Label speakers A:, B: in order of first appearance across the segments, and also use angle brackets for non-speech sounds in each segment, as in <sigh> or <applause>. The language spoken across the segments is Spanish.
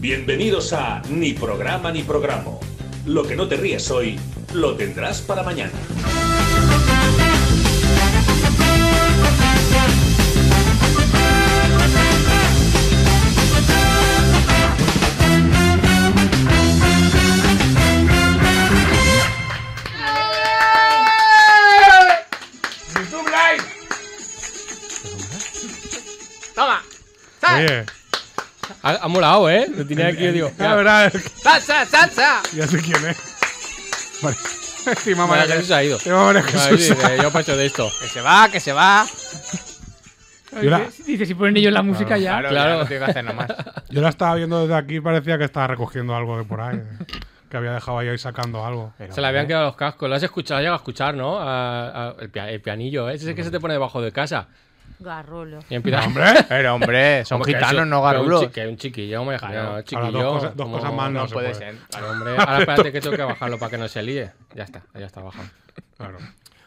A: Bienvenidos a Ni programa ni programa. Lo que no te ríes hoy, lo tendrás para mañana.
B: YouTube Live.
C: Toma.
D: Oye,
E: Ha, ha molado, ¿eh? Lo tenía aquí, digo.
D: la
E: Ya,
D: verdad,
C: Salsa, salsa.
D: ya sé quién es. Vale. Encima
E: María
D: María
E: Jesús ha ido.
D: Encima María
E: Ay,
D: Jesús.
E: dice, yo paso de esto.
C: Que se va, que se va.
D: Yo la,
F: Dice, si ponen ellos la música ya.
C: Claro,
E: Claro.
C: ya no tengo que hacer nada más. <laughs>
D: yo la estaba viendo desde aquí y parecía que estaba recogiendo algo de por ahí. Que había dejado ahí hoy sacando algo.
E: Se le habían quedado los cascos. Lo has escuchado, llega a escuchar, ¿no? A- a- el, pia- el pianillo, ¿eh? Ese es que se te pone debajo de casa.
G: Garrolo.
E: Y empieza. <laughs>
D: ¡Hombre!
C: Pero hombre, son
E: Hombre, que
C: gitanos,
E: eso-
C: no
E: que un
C: garrulos.
E: chi- Que un chiquillo, me dejaría.
C: Claro.
E: chiquillo.
D: Ahora, dos cosas- dos
E: como-
D: cosas más,
C: No,
D: No
C: no
D: se
C: puede
D: puede.
C: ser.
E: Claro, hombre. Ahora espérate que
D: <laughs>
E: tengo que bajarlo para que no se líe. Ya está, ya está bajado.
D: Claro.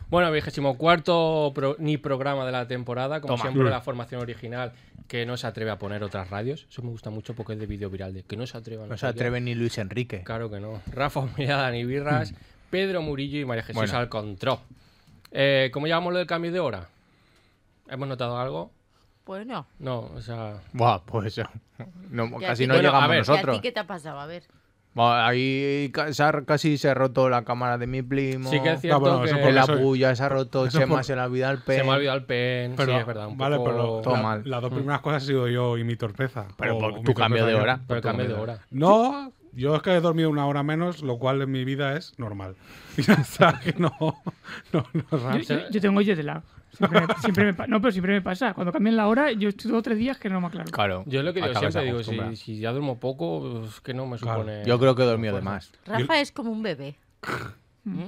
E: Bueno, vigésimo cuarto pro- ni programa de la temporada. Como
C: Toma.
D: Mm.
E: siempre, la formación original que no se atreve a poner otras radios. Eso me gusta mucho porque es de vídeo viral. De que no se atrevan.
C: No
E: las
C: se
E: radios.
C: atreve ni Luis Enrique.
E: Claro que no. Rafa Humillada ni
D: Mm.
E: Birras, Pedro Murillo y María Jesús
C: Bueno.
E: al control. Eh, ¿Cómo llamamos lo del cambio de hora? ¿Hemos notado algo?
G: Pues no.
E: No, o sea.
C: Buah, pues eso. No,
G: ¿Y a
C: casi
G: ti
C: no
G: qué-
C: llegamos
E: a ver.
G: ¿Y a
C: nosotros.
G: ti qué te ha pasado? A ver.
C: Buah, ahí ca- se ha- casi se ha roto la cámara de mi primo.
E: Sí que es
D: Ah,
E: cierto
D: bueno,
E: que
D: eso
C: Que la
D: Eso es-
C: puya se ha roto,
D: eso es
C: Chema
D: por-
C: se le ha olvidado el
E: se
C: pelo.
E: me ha olvidado el pen. sí, es verdad. Un
D: vale,
E: poco-
D: pero
C: Todo
D: la-
C: mal.
D: las dos primeras cosas han sido yo y mi torpeza.
C: Pero
D: O
C: por
D: mi
C: tu cambio de
D: torpeza yo.
C: hora.
E: Pero el
C: Por tu
E: cambio de hora.
D: No, yo es que he dormido una hora menos, lo cual en mi vida es normal. Y ya está, que no. no, no o sea,
F: Yo, yo- yo tengo jet lag. Siempre me, siempre me pa- no, pero siempre me pasa. Cuando cambian la hora, yo estoy dos o tres días que no me aclaro.
C: Claro.
E: Yo lo que yo
C: acabas
E: siempre digo,
C: acostumbrado.
E: si, si ya duermo poco, es que no me
D: Claro.
E: supone.
C: Yo creo que he dormido de más.
G: Rafa es como un bebé. ¿Mm?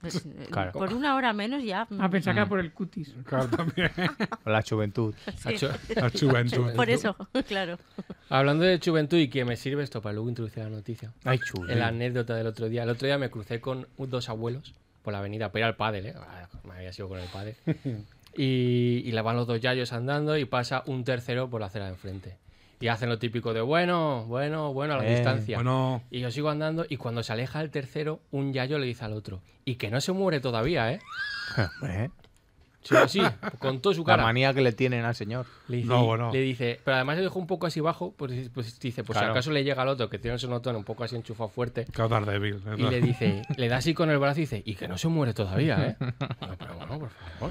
G: Pues, eh,
C: Claro.
G: Por una hora menos ya. mm,
F: A pensar que era por el cutis.
D: claro, también.
C: La juventud.
G: sí. <laughs>
D: La juventud.
G: Por eso, <laughs> claro.
E: Hablando de juventud y que me sirve esto para luego introducir la noticia.
C: Ay, chulo.
E: La anécdota del otro día. El otro día me crucé con dos abuelos por la avenida para ir al pádel, ¿eh? Ah, Me había sido con el
C: <laughs>
E: pádel. Y, y la van los dos yayos andando y pasa un tercero por la acera de enfrente. Y hacen lo típico de bueno, bueno, bueno a la
C: Eh,
E: distancia.
D: Bueno,
E: Y yo sigo andando y cuando se aleja el tercero, un yayo le dice al otro. Y que no se muere todavía, ¿eh?
C: ¿Eh?
E: Sí, sí, con toda su
C: La
E: cara.
C: manía que le tienen al señor.
E: Le dice,
D: No, bueno.
E: le dice- pero además le dejó un poco así bajo, pues, pues dice, pues
C: Claro.
E: si acaso le llega al otro, que tiene un sonotón un poco así enchufado fuerte,
D: claro, tan débil.
E: y le dice, le da así con el brazo y dice, y que no se muere todavía, ¿eh? Bueno, pero bueno, por favor.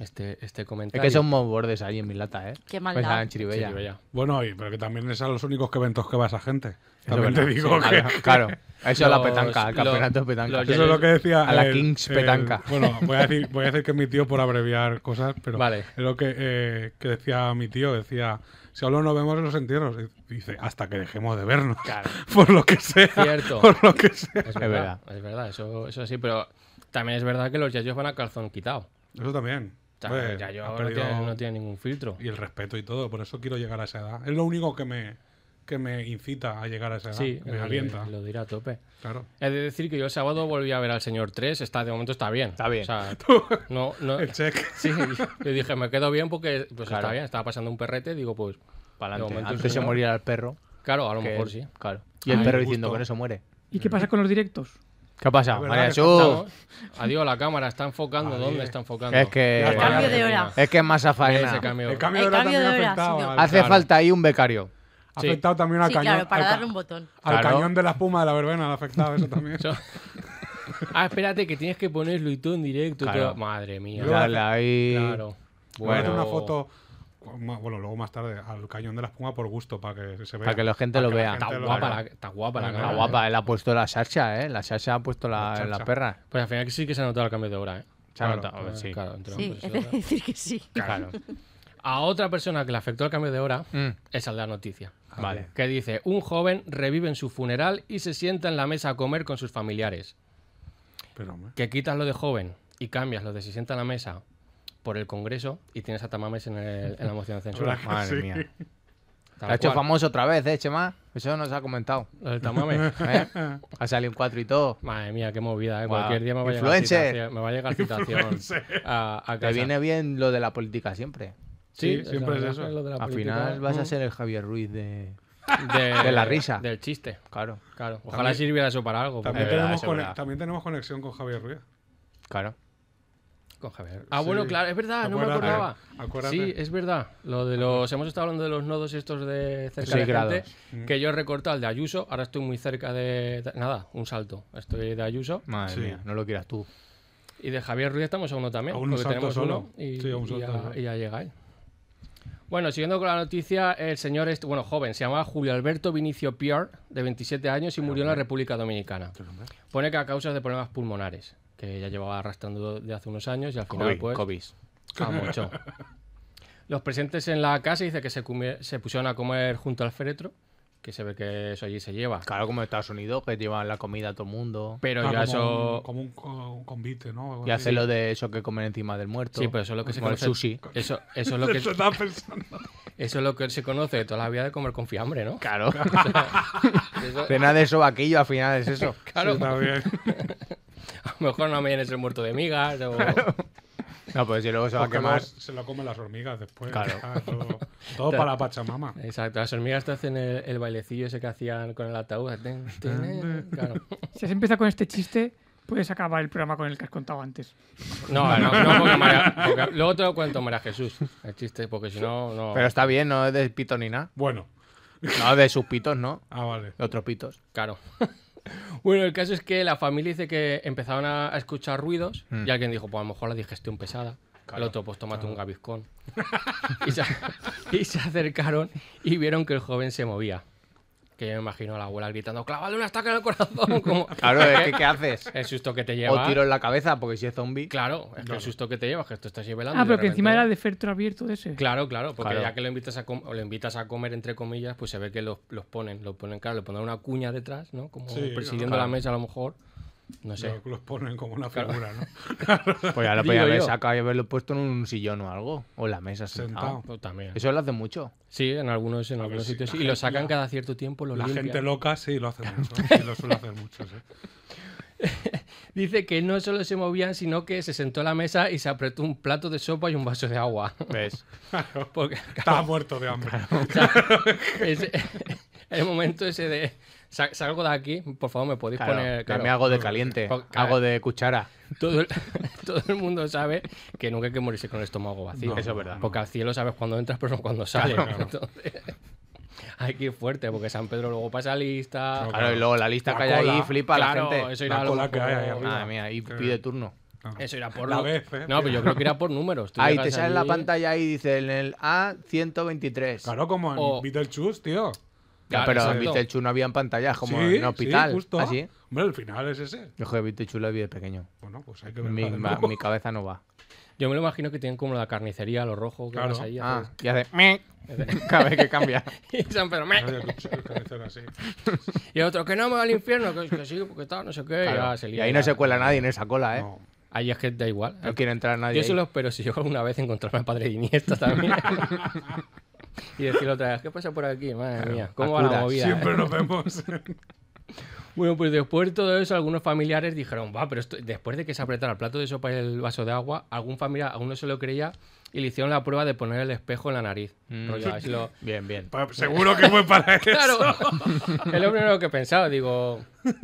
E: Este, este
C: Es
E: comentario.
C: que son muy bordes ahí en mi lata, ¿eh.
G: Qué
C: mal
G: maldad.
C: en
E: Sí,
C: Chiribella.
E: Chiribella.
D: Bueno, y- pero que también es a los únicos que eventos que va esa gente.
C: Eso
D: También te
C: verdad,
D: digo
C: sí,
D: que. <laughs>
C: claro, Claro. Eso es la
E: Los-
C: petanca, el
E: los-
C: campeonato de petanca.
E: los-
D: Eso es lo que decía.
C: A la
D: el-
C: Kings
D: el-
C: petanca.
D: bueno, voy a, decir,
C: <laughs>
D: voy a decir que mi tío, por abreviar cosas, pero.
E: Vale.
D: Es lo que, eh, que decía mi tío. Decía: si hablo nos vemos en los entierros. Y Dice: hasta que dejemos de vernos. <laughs> por lo que sea.
E: Cierto.
D: Por lo que sea.
E: Es verdad, es verdad, eso, eso sí, pero también es verdad que los yayos van a calzón quitado.
D: Eso también.
E: O sea,
D: Hombre,
E: el yayo
D: ha
E: ahora no
D: perdido-
E: tiene, no tiene ningún filtro.
D: Y el respeto y todo. Por eso quiero llegar a esa edad. Es lo único que me, que me incita a llegar a esa edad.
E: Sí,
D: me
C: eh,
E: lo-
D: alienta.
E: lo dirá a tope.
D: Claro.
E: Es de decir que yo el sábado volví a ver al señor 3, está de momento está bien.
C: Está bien.
E: O sea, no, no,
D: El check.
E: sí, yo dije, me quedo bien porque pues
C: Claro.
E: está bien, estaba pasando un perrete, digo, pues
C: Pa'lante.
E: de momento
C: Antes se
E: sí.
C: morirá el perro.
E: claro, a lo
C: que-
E: mejor sí.
C: Claro. Y el
D: Ay,
C: perro
D: justo.
C: diciendo que no se muere.
F: ¿Y qué pasa con los directos?
C: ¿Qué ha pasado?
D: Es verdad
C: María
D: que
C: Jesús.
E: Vamos. Adiós, la cámara está enfocando.
D: Ahí.
E: ¿Dónde está enfocando?
C: Es que-
D: El cambio
G: de hora.
C: Es que es más
E: Ese
C: afaena.
E: cambio.
D: El cambio de
G: El
D: hora
G: cambio
D: también ha
G: de hora, sí,
D: afectado.
G: no.
D: al-
C: Hace
D: claro.
C: falta ahí un becario.
D: Ha
E: Sí.
D: afectado también al
G: Sí,
D: cañón.
G: claro, para
D: al ca-
G: darle un botón.
D: Al
C: Claro.
D: cañón de la espuma de la verbena le ha afectado eso
C: <laughs>
D: también.
E: Eso- Ah, espérate, que tienes que ponerlo y todo en directo. y
C: Claro.
E: todo. Madre mía.
D: Luego-
C: Dale ahí.
E: Claro.
D: Voy a hacer
E: Bueno.
D: una foto, ma- bueno, luego más tarde, al cañón de la espuma por gusto, para que se vea.
C: Para que la gente lo vea.
E: Está
D: gente lo
E: guapa,
D: vea.
E: la, está guapa la
D: Está
C: Ah,
E: cámara.
C: guapa, él ha puesto la Sasha, ¿eh? La Sasha ha puesto
D: La
C: la,
D: Sasha.
C: la perra.
E: Pues al final que sí que se ha notado el cambio de hora, ¿eh?
C: Se ha
D: Claro.
C: notado,
E: Ah,
C: sí.
E: claro, entre
G: Sí,
E: hombres,
G: es
E: ¿no?
G: decir que sí.
C: Claro.
E: A otra persona que le afectó el cambio de hora
C: Mm, Ah,
E: es al de la noticia.
C: Vale.
E: Que dice, un joven revive en su funeral y se sienta en la mesa a comer con sus familiares.
D: Pero, hombre,
E: que quitas lo de joven y cambias lo de se sienta a la mesa por el Congreso y tienes a Tamames en, el- en la
C: <laughs>
E: moción de censura.
C: Madre
D: Sí.
C: mía.
E: Tal
C: La ha hecho
E: cual.
C: famoso otra vez, ¿eh, Chema? Eso nos ha comentado.
E: Lo del
C: <laughs>
E: Tamames.
C: ¿eh? ha salido un 4 y todo.
E: Madre mía, qué movida, ¿eh?
C: Guau.
E: Cualquier día me va a llegar
C: Influencer.
E: citación. Me va
C: <laughs>
E: a llegar citación a, a
C: Te
E: casa.
C: viene bien lo de la política siempre.
D: Sí,
E: la
D: siempre es
E: verdad
D: eso.
E: que lo de la
C: Al
E: política-
C: final vas a
E: Mm.
C: ser el Javier Ruiz de,
E: de,
C: De la risa.
E: Del chiste.
C: Claro,
E: Claro. Ojalá sirviera eso para algo.
C: Es
D: También,
E: porque-
C: verdad,
D: tenemos
C: eso es
D: cone-
C: verdad.
D: también tenemos conexión con Javier Ruiz.
C: claro.
E: Con Javier. Ah,
D: Sí.
E: bueno, claro, es verdad, no me
D: Acuérdate,
E: acordaba.
D: acuérdate.
E: Sí, es verdad. Lo de los hemos estado hablando de los nodos estos de cerca
C: Seis
E: de gente,
C: grados.
D: Mm.
E: que yo he recortado el de Ayuso, ahora estoy muy cerca de de- nada, un salto. Estoy de Ayuso
C: Madre
D: Sí.
C: mía, no lo quieras tú.
E: y de Javier Ruiz estamos a uno también,
D: A un
E: porque
D: salto
E: tenemos
D: solo.
E: uno y,
D: Sí, a un
E: y
D: salto
E: ya,
D: solo.
E: y ya llega él. Bueno, siguiendo con la noticia, el señor, este, bueno, joven, se llamaba Julio Alberto Vinicio Pior, de 27 años y murió en la República Dominicana. Pone que a causa de problemas pulmonares, que ya llevaba arrastrando de hace unos años y al final
C: COVID,
E: pues
C: COVID.
E: Ah, mucho. Los presentes en la casa dice que se, cumi- se pusieron a comer junto al féretro, que se ve que eso allí se lleva.
C: Claro, como en Estados Unidos, que llevan la comida a todo el mundo.
E: Pero
D: Ah,
E: ya
D: como
E: eso.
D: un, como un co- un convite, ¿no? Algo
C: Y
D: así.
C: hace lo de eso que comen encima del muerto.
E: Sí, pero eso es lo que se
C: Como el
E: conoce.
C: sushi.
E: Eso, eso
D: <laughs>
E: es lo que,
D: <laughs> Eso estaba
C: <laughs>
D: pensando.
E: eso es lo que se conoce de toda la vida de comer con fiambre, ¿no?
C: Claro. <laughs>
E: Eso-
C: Cena de sobaquillo al final es eso.
E: claro,
D: Está
C: <laughs>
D: bien.
E: a lo mejor no me vienes el muerto de migas. o-
C: No, pues si luego se va a
D: Porque
C: quemar.
D: los- se lo comen las hormigas después.
C: Claro.
D: Ah, todo todo
C: <laughs>
D: para la Pachamama.
E: Exacto, las hormigas te hacen el, el bailecillo ese que hacían con el ataúd. Ten, ten, claro.
F: Si has empezado con este chiste, puedes acabar el programa con el que has contado antes.
E: No, no, no, porque María- porque- luego te lo cuento, María Jesús. El chiste, porque si no, no.
C: Pero está bien, no es de pito ni nada.
D: Bueno.
C: No, de sus pitos, no.
D: Ah, vale.
C: De otros pitos.
E: Claro. <laughs> bueno, el caso es que la familia dice que empezaron a a escuchar ruidos y alguien dijo, pues a lo mejor la digestión pesada. el otro, pues tómate un gaviscón. y, se, <laughs> y se acercaron y vieron que el joven se movía. Que yo me imagino a la abuela gritando, clávale un estaca en el corazón. <laughs> Como,
C: Claro, es <laughs> que ¿qué haces?
E: el susto que te
C: O
E: lleva.
C: tiro en la cabeza porque si es zombie.
E: Claro, es que el susto que te llevas, que tú estás llevando.
F: Ah, pero que encima era de Fertro abierto de ese.
E: Claro, claro, porque
C: Claro.
E: ya que lo invitas, a com- o lo invitas a comer, entre comillas, pues se ve que los, los ponen, los ponen, claro, le ponen una cuña detrás, ¿no? Como
D: Sí,
E: presidiendo
D: claro.
E: la mesa a lo mejor. No sé.
D: Lo- Los ponen como una figura, ¿no?
C: Pues ya lo
E: <laughs> Digo
C: podía haber
E: yo.
C: sacado y haberlo puesto en un sillón o algo. O en la mesa sentado.
D: Sentado.
E: Pues también.
C: Eso lo hace mucho.
E: Sí, en algunos, en algunos
D: sí,
E: sitios.
D: la
E: sí. Y lo
D: gente-
E: sacan
D: la-
E: cada cierto tiempo, lo
D: La
E: limpian.
D: gente loca sí lo hace mucho. Sí lo suele hacer
E: <laughs>
D: mucho, sí.
E: Dice que no solo se movían, sino que se sentó a la mesa y se apretó un plato de sopa y un vaso de agua. <laughs>
C: ¿Ves?
E: Porque
D: Estaba muerto de hambre.
E: o sea, ese- <laughs> el momento ese de "Sa- salgo de aquí, por favor, me podéis
C: Claro,
E: poner.
C: dame
E: claro".
C: algo de caliente.
E: Porque-
C: Algo de cuchara.
E: Todo el, <laughs> todo el mundo sabe que nunca hay que morirse con el estómago vacío.
C: Eso es verdad.
E: Porque al cielo sabes cuándo entras, pero no cuándo sales. Entonces, <laughs> hay que ir fuerte, porque San Pedro luego pasa lista.
D: Claro,
C: Claro, y luego la lista
D: La
C: que hay ahí
D: cola.
C: flipa a
E: Claro,
C: la gente.
E: eso
D: La
E: irá a lo
D: cola que hay ahí
E: mejor-
D: arriba.
C: Madre mía, y
D: Sí.
C: pide turno.
E: Eso irá por
D: La
E: nu-
D: vez, ¿eh?
E: No, pero yo creo que irá por números. Tú
C: Ahí te
E: llegas
C: sale en la
E: allí-
C: pantalla ahí dice en el A123.
D: Claro, como en
E: O-
D: Beetlejuice, tío.
C: Ya,
E: Claro,
C: pero en
E: exacto.
C: Vitelchu no habían pantallas como
D: sí,
C: en hospital.
D: sí, justo.
C: Así.
D: Hombre, el final es ese.
C: Yo de Vitelchu lo vi de pequeño.
D: Bueno, pues hay que ver.
C: Mi,
D: para de
C: ma-
D: nuevo. <laughs>
C: mi cabeza no
E: <laughs>
C: va.
E: Yo me lo imagino que tienen como la carnicería, lo rojo, que
D: Claro.
E: vas ahí.
C: Ah,
E: haces-
C: y
E: <laughs>
C: hace. "Meh". <laughs> Cada vez que cambia.
E: Y San Pedro, "Meh".
D: Vaya cuchillo, el
E: <laughs>
D: cabezón así.
E: ¿Eh? Y otro, que no me va al infierno, que, que sí, porque tal, no sé qué.
C: Claro.
E: ya se
C: Y
E: lía
C: ahí no
E: ya.
C: se cuela nadie en esa cola, ¿eh? No,
D: No.
E: Ahí es que da igual.
C: quiere entrar nadie.
E: Yo
C: ahí.
E: solo espero si <laughs> yo alguna vez encontrarme a Padre Iniesta también. <laughs> y decirle otra vez, ¿qué pasa por aquí? Madre mía, ¿cómo va la
C: acudas.
E: movida?
D: Siempre nos vemos. <laughs>
E: Bueno, pues después de todo eso, algunos familiares dijeron, va, pero esto- después de que se apretara el plato de sopa y el vaso de agua, algún familiar aún no se lo creía y le hicieron la prueba de poner el espejo en la nariz.
C: Mm.
E: Rollo, a ver si lo-
C: Bien, bien.
D: Pa- Seguro que fue para eso.
E: <laughs> Claro, <laughs> es lo primero que pensaba, digo,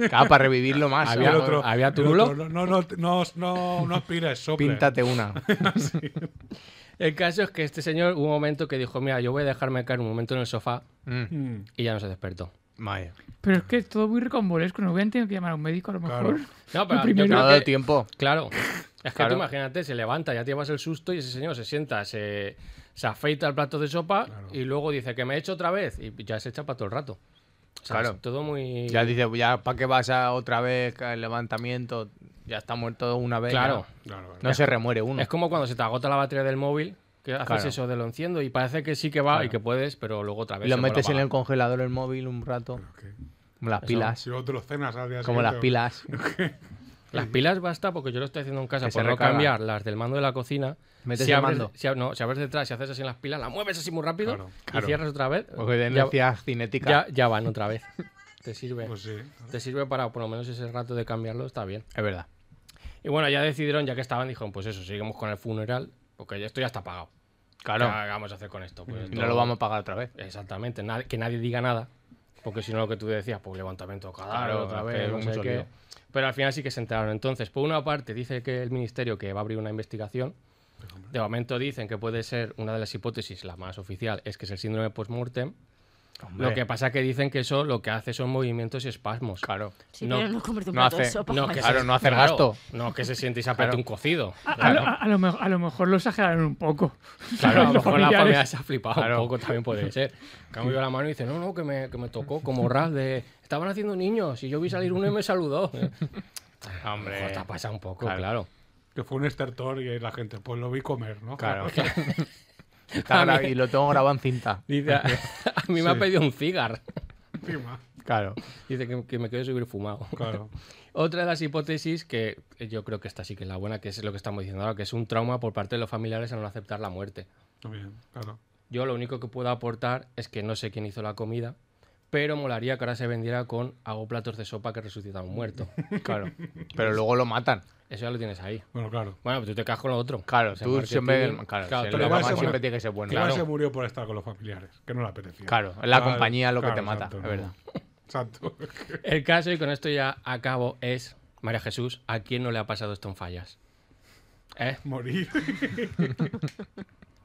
C: Claro, para revivirlo más.
E: Había
D: Y el
C: ¿no?
D: otro,
E: había
D: y el
E: turulo.
D: otro, No, no, no, no, no aspires, sople.
C: Píntate una.
E: el caso es que este señor hubo un momento que dijo, mira, yo voy a dejarme caer un momento en el sofá <laughs>
C: Mm.
D: Mm,
E: y ya no se despertó.
C: Vaya.
F: Pero es que es todo muy recombolesco. No voy a tener que llamar a un médico a lo
D: Claro.
F: mejor.
E: No, pero yo
F: primero.
E: creo
C: No ha dado
E: que-
C: tiempo.
E: Claro. Es que
C: Claro.
E: tú imagínate, se levanta, ya te llevas el susto y ese señor se sienta, se, se afeita el plato de sopa y luego dice que me he hecho otra vez y ya se echa para todo el rato. O sea,
C: Claro.
E: es todo muy...
C: Ya dice, ya, ¿para qué vas a otra vez al levantamiento? Ya está muerto una vez.
E: Claro.
C: ya.
D: claro, claro.
C: No se remuere uno.
E: Es como cuando se te agota la batería del móvil, que haces
C: Claro.
E: eso de lo enciendo y parece que sí que va y que puedes, pero luego otra vez...
C: Y lo
E: se vuelve
C: metes
E: a
C: en el
E: apagar.
C: congelador el móvil un rato.
D: Ok.
C: Como las pilas.
D: Si vos te lo cenas al día
C: Como las
D: siguiente,
E: <laughs>
C: pilas.
E: Las pilas basta porque yo lo estoy haciendo en casa
C: Que
E: por
C: se
E: no
C: recarga.
E: cambiar las del mando de la cocina.
C: Metes
E: si
C: el
E: abres,
C: mando.
E: si ab- no, si abres detrás y haces así en las pilas, la mueves así muy rápido
D: Claro,
E: y cierras otra vez.
C: Porque de
E: ya-
C: energía cinética.
E: ya, ya van otra vez. Te sirve.
D: Pues sí.
E: Te sirve para por lo menos ese rato de cambiarlo, está bien.
C: Es verdad.
E: Y bueno, ya decidieron, ya que estaban, dijeron, pues eso, seguimos con el funeral, porque ya esto ya está pagado. Claro.
C: Claro.
E: ¿Qué vamos a hacer con esto? Pues
C: Y
E: esto-
C: no lo vamos a pagar otra vez.
E: Exactamente, na- que nadie diga nada, porque si no lo que tú decías, pues levantamiento de
C: Claro,
E: cadáver,
C: otra
E: otra
C: vez,
E: vez,
C: no sé qué.
E: Pero al final sí que se enteraron. Entonces, por una parte dice que el ministerio que va a abrir una investigación, de momento dicen que puede ser una de las hipótesis, la más oficial, es que es el síndrome post-mortem. Lo que pasa que dicen que eso lo que hace son movimientos y espasmos. Claro.
G: Sí,
E: no,
G: pero no convierte un
C: no
G: plato de
C: hace-
G: sopa. <laughs>
E: no, que
C: Claro,
E: se-
C: no hacer
E: claro,
C: gasto.
E: No, que se siente y se apriete
C: Claro.
E: un cocido.
F: A, a lo,
E: Claro.
F: a- a lo mejor, a lo mejor lo exageraron un poco.
E: Claro,
F: <laughs>
E: a lo
F: Los
E: mejor la
F: familiares.
E: familia se ha flipado
C: Claro.
E: un poco, también
C: <laughs>
E: puede ser. Cambio la mano y dice, no, no, que me, que me tocó como ras de... Estaban haciendo niños y yo vi salir uno y
C: <laughs>
E: me saludó.
C: Hombre.
E: Joder, te ha pasado un poco,
C: Claro.
E: claro.
D: Que fue un estertor y la gente, pues lo vi comer, ¿no?
C: Claro. <laughs> Está gra- y lo tengo grabado en cinta.
E: Dice, a, a mí me ha pedido un cigar.
D: <laughs>
E: <laughs>
D: Encima.
C: Claro.
E: Dice que, que me quiero subir fumado.
D: Claro.
E: Otra de las hipótesis que yo creo que esta sí que es la buena, que es lo que estamos diciendo ahora, que es un trauma por parte de los familiares a no aceptar la muerte.
D: También, claro.
E: Yo lo único que puedo aportar es que no sé quién hizo la comida, pero molaría que ahora se vendiera con hago platos de sopa que resucitan a un muerto.
C: <laughs> Claro. Pero luego lo matan.
E: Eso ya lo tienes ahí.
D: Bueno, claro.
E: Bueno, pero tú te quedas con lo otro.
C: Claro,
E: Ese
C: tú
E: marketing-
C: siempre. Claro,
E: Claro,
C: si
E: tú
C: lo
E: le
D: vas
C: llaman
D: a-
C: siempre tiene que ser bueno.
D: Igual
E: Claro.
D: se murió por estar con los familiares, que no le apetecía.
C: Claro, es la compañía lo que te mata, es verdad. <laughs>
D: Exacto. <laughs>
E: El caso, y con esto ya acabo, es María Jesús, ¿a quién no le ha pasado esto en fallas? ¿Eh?
D: Morir.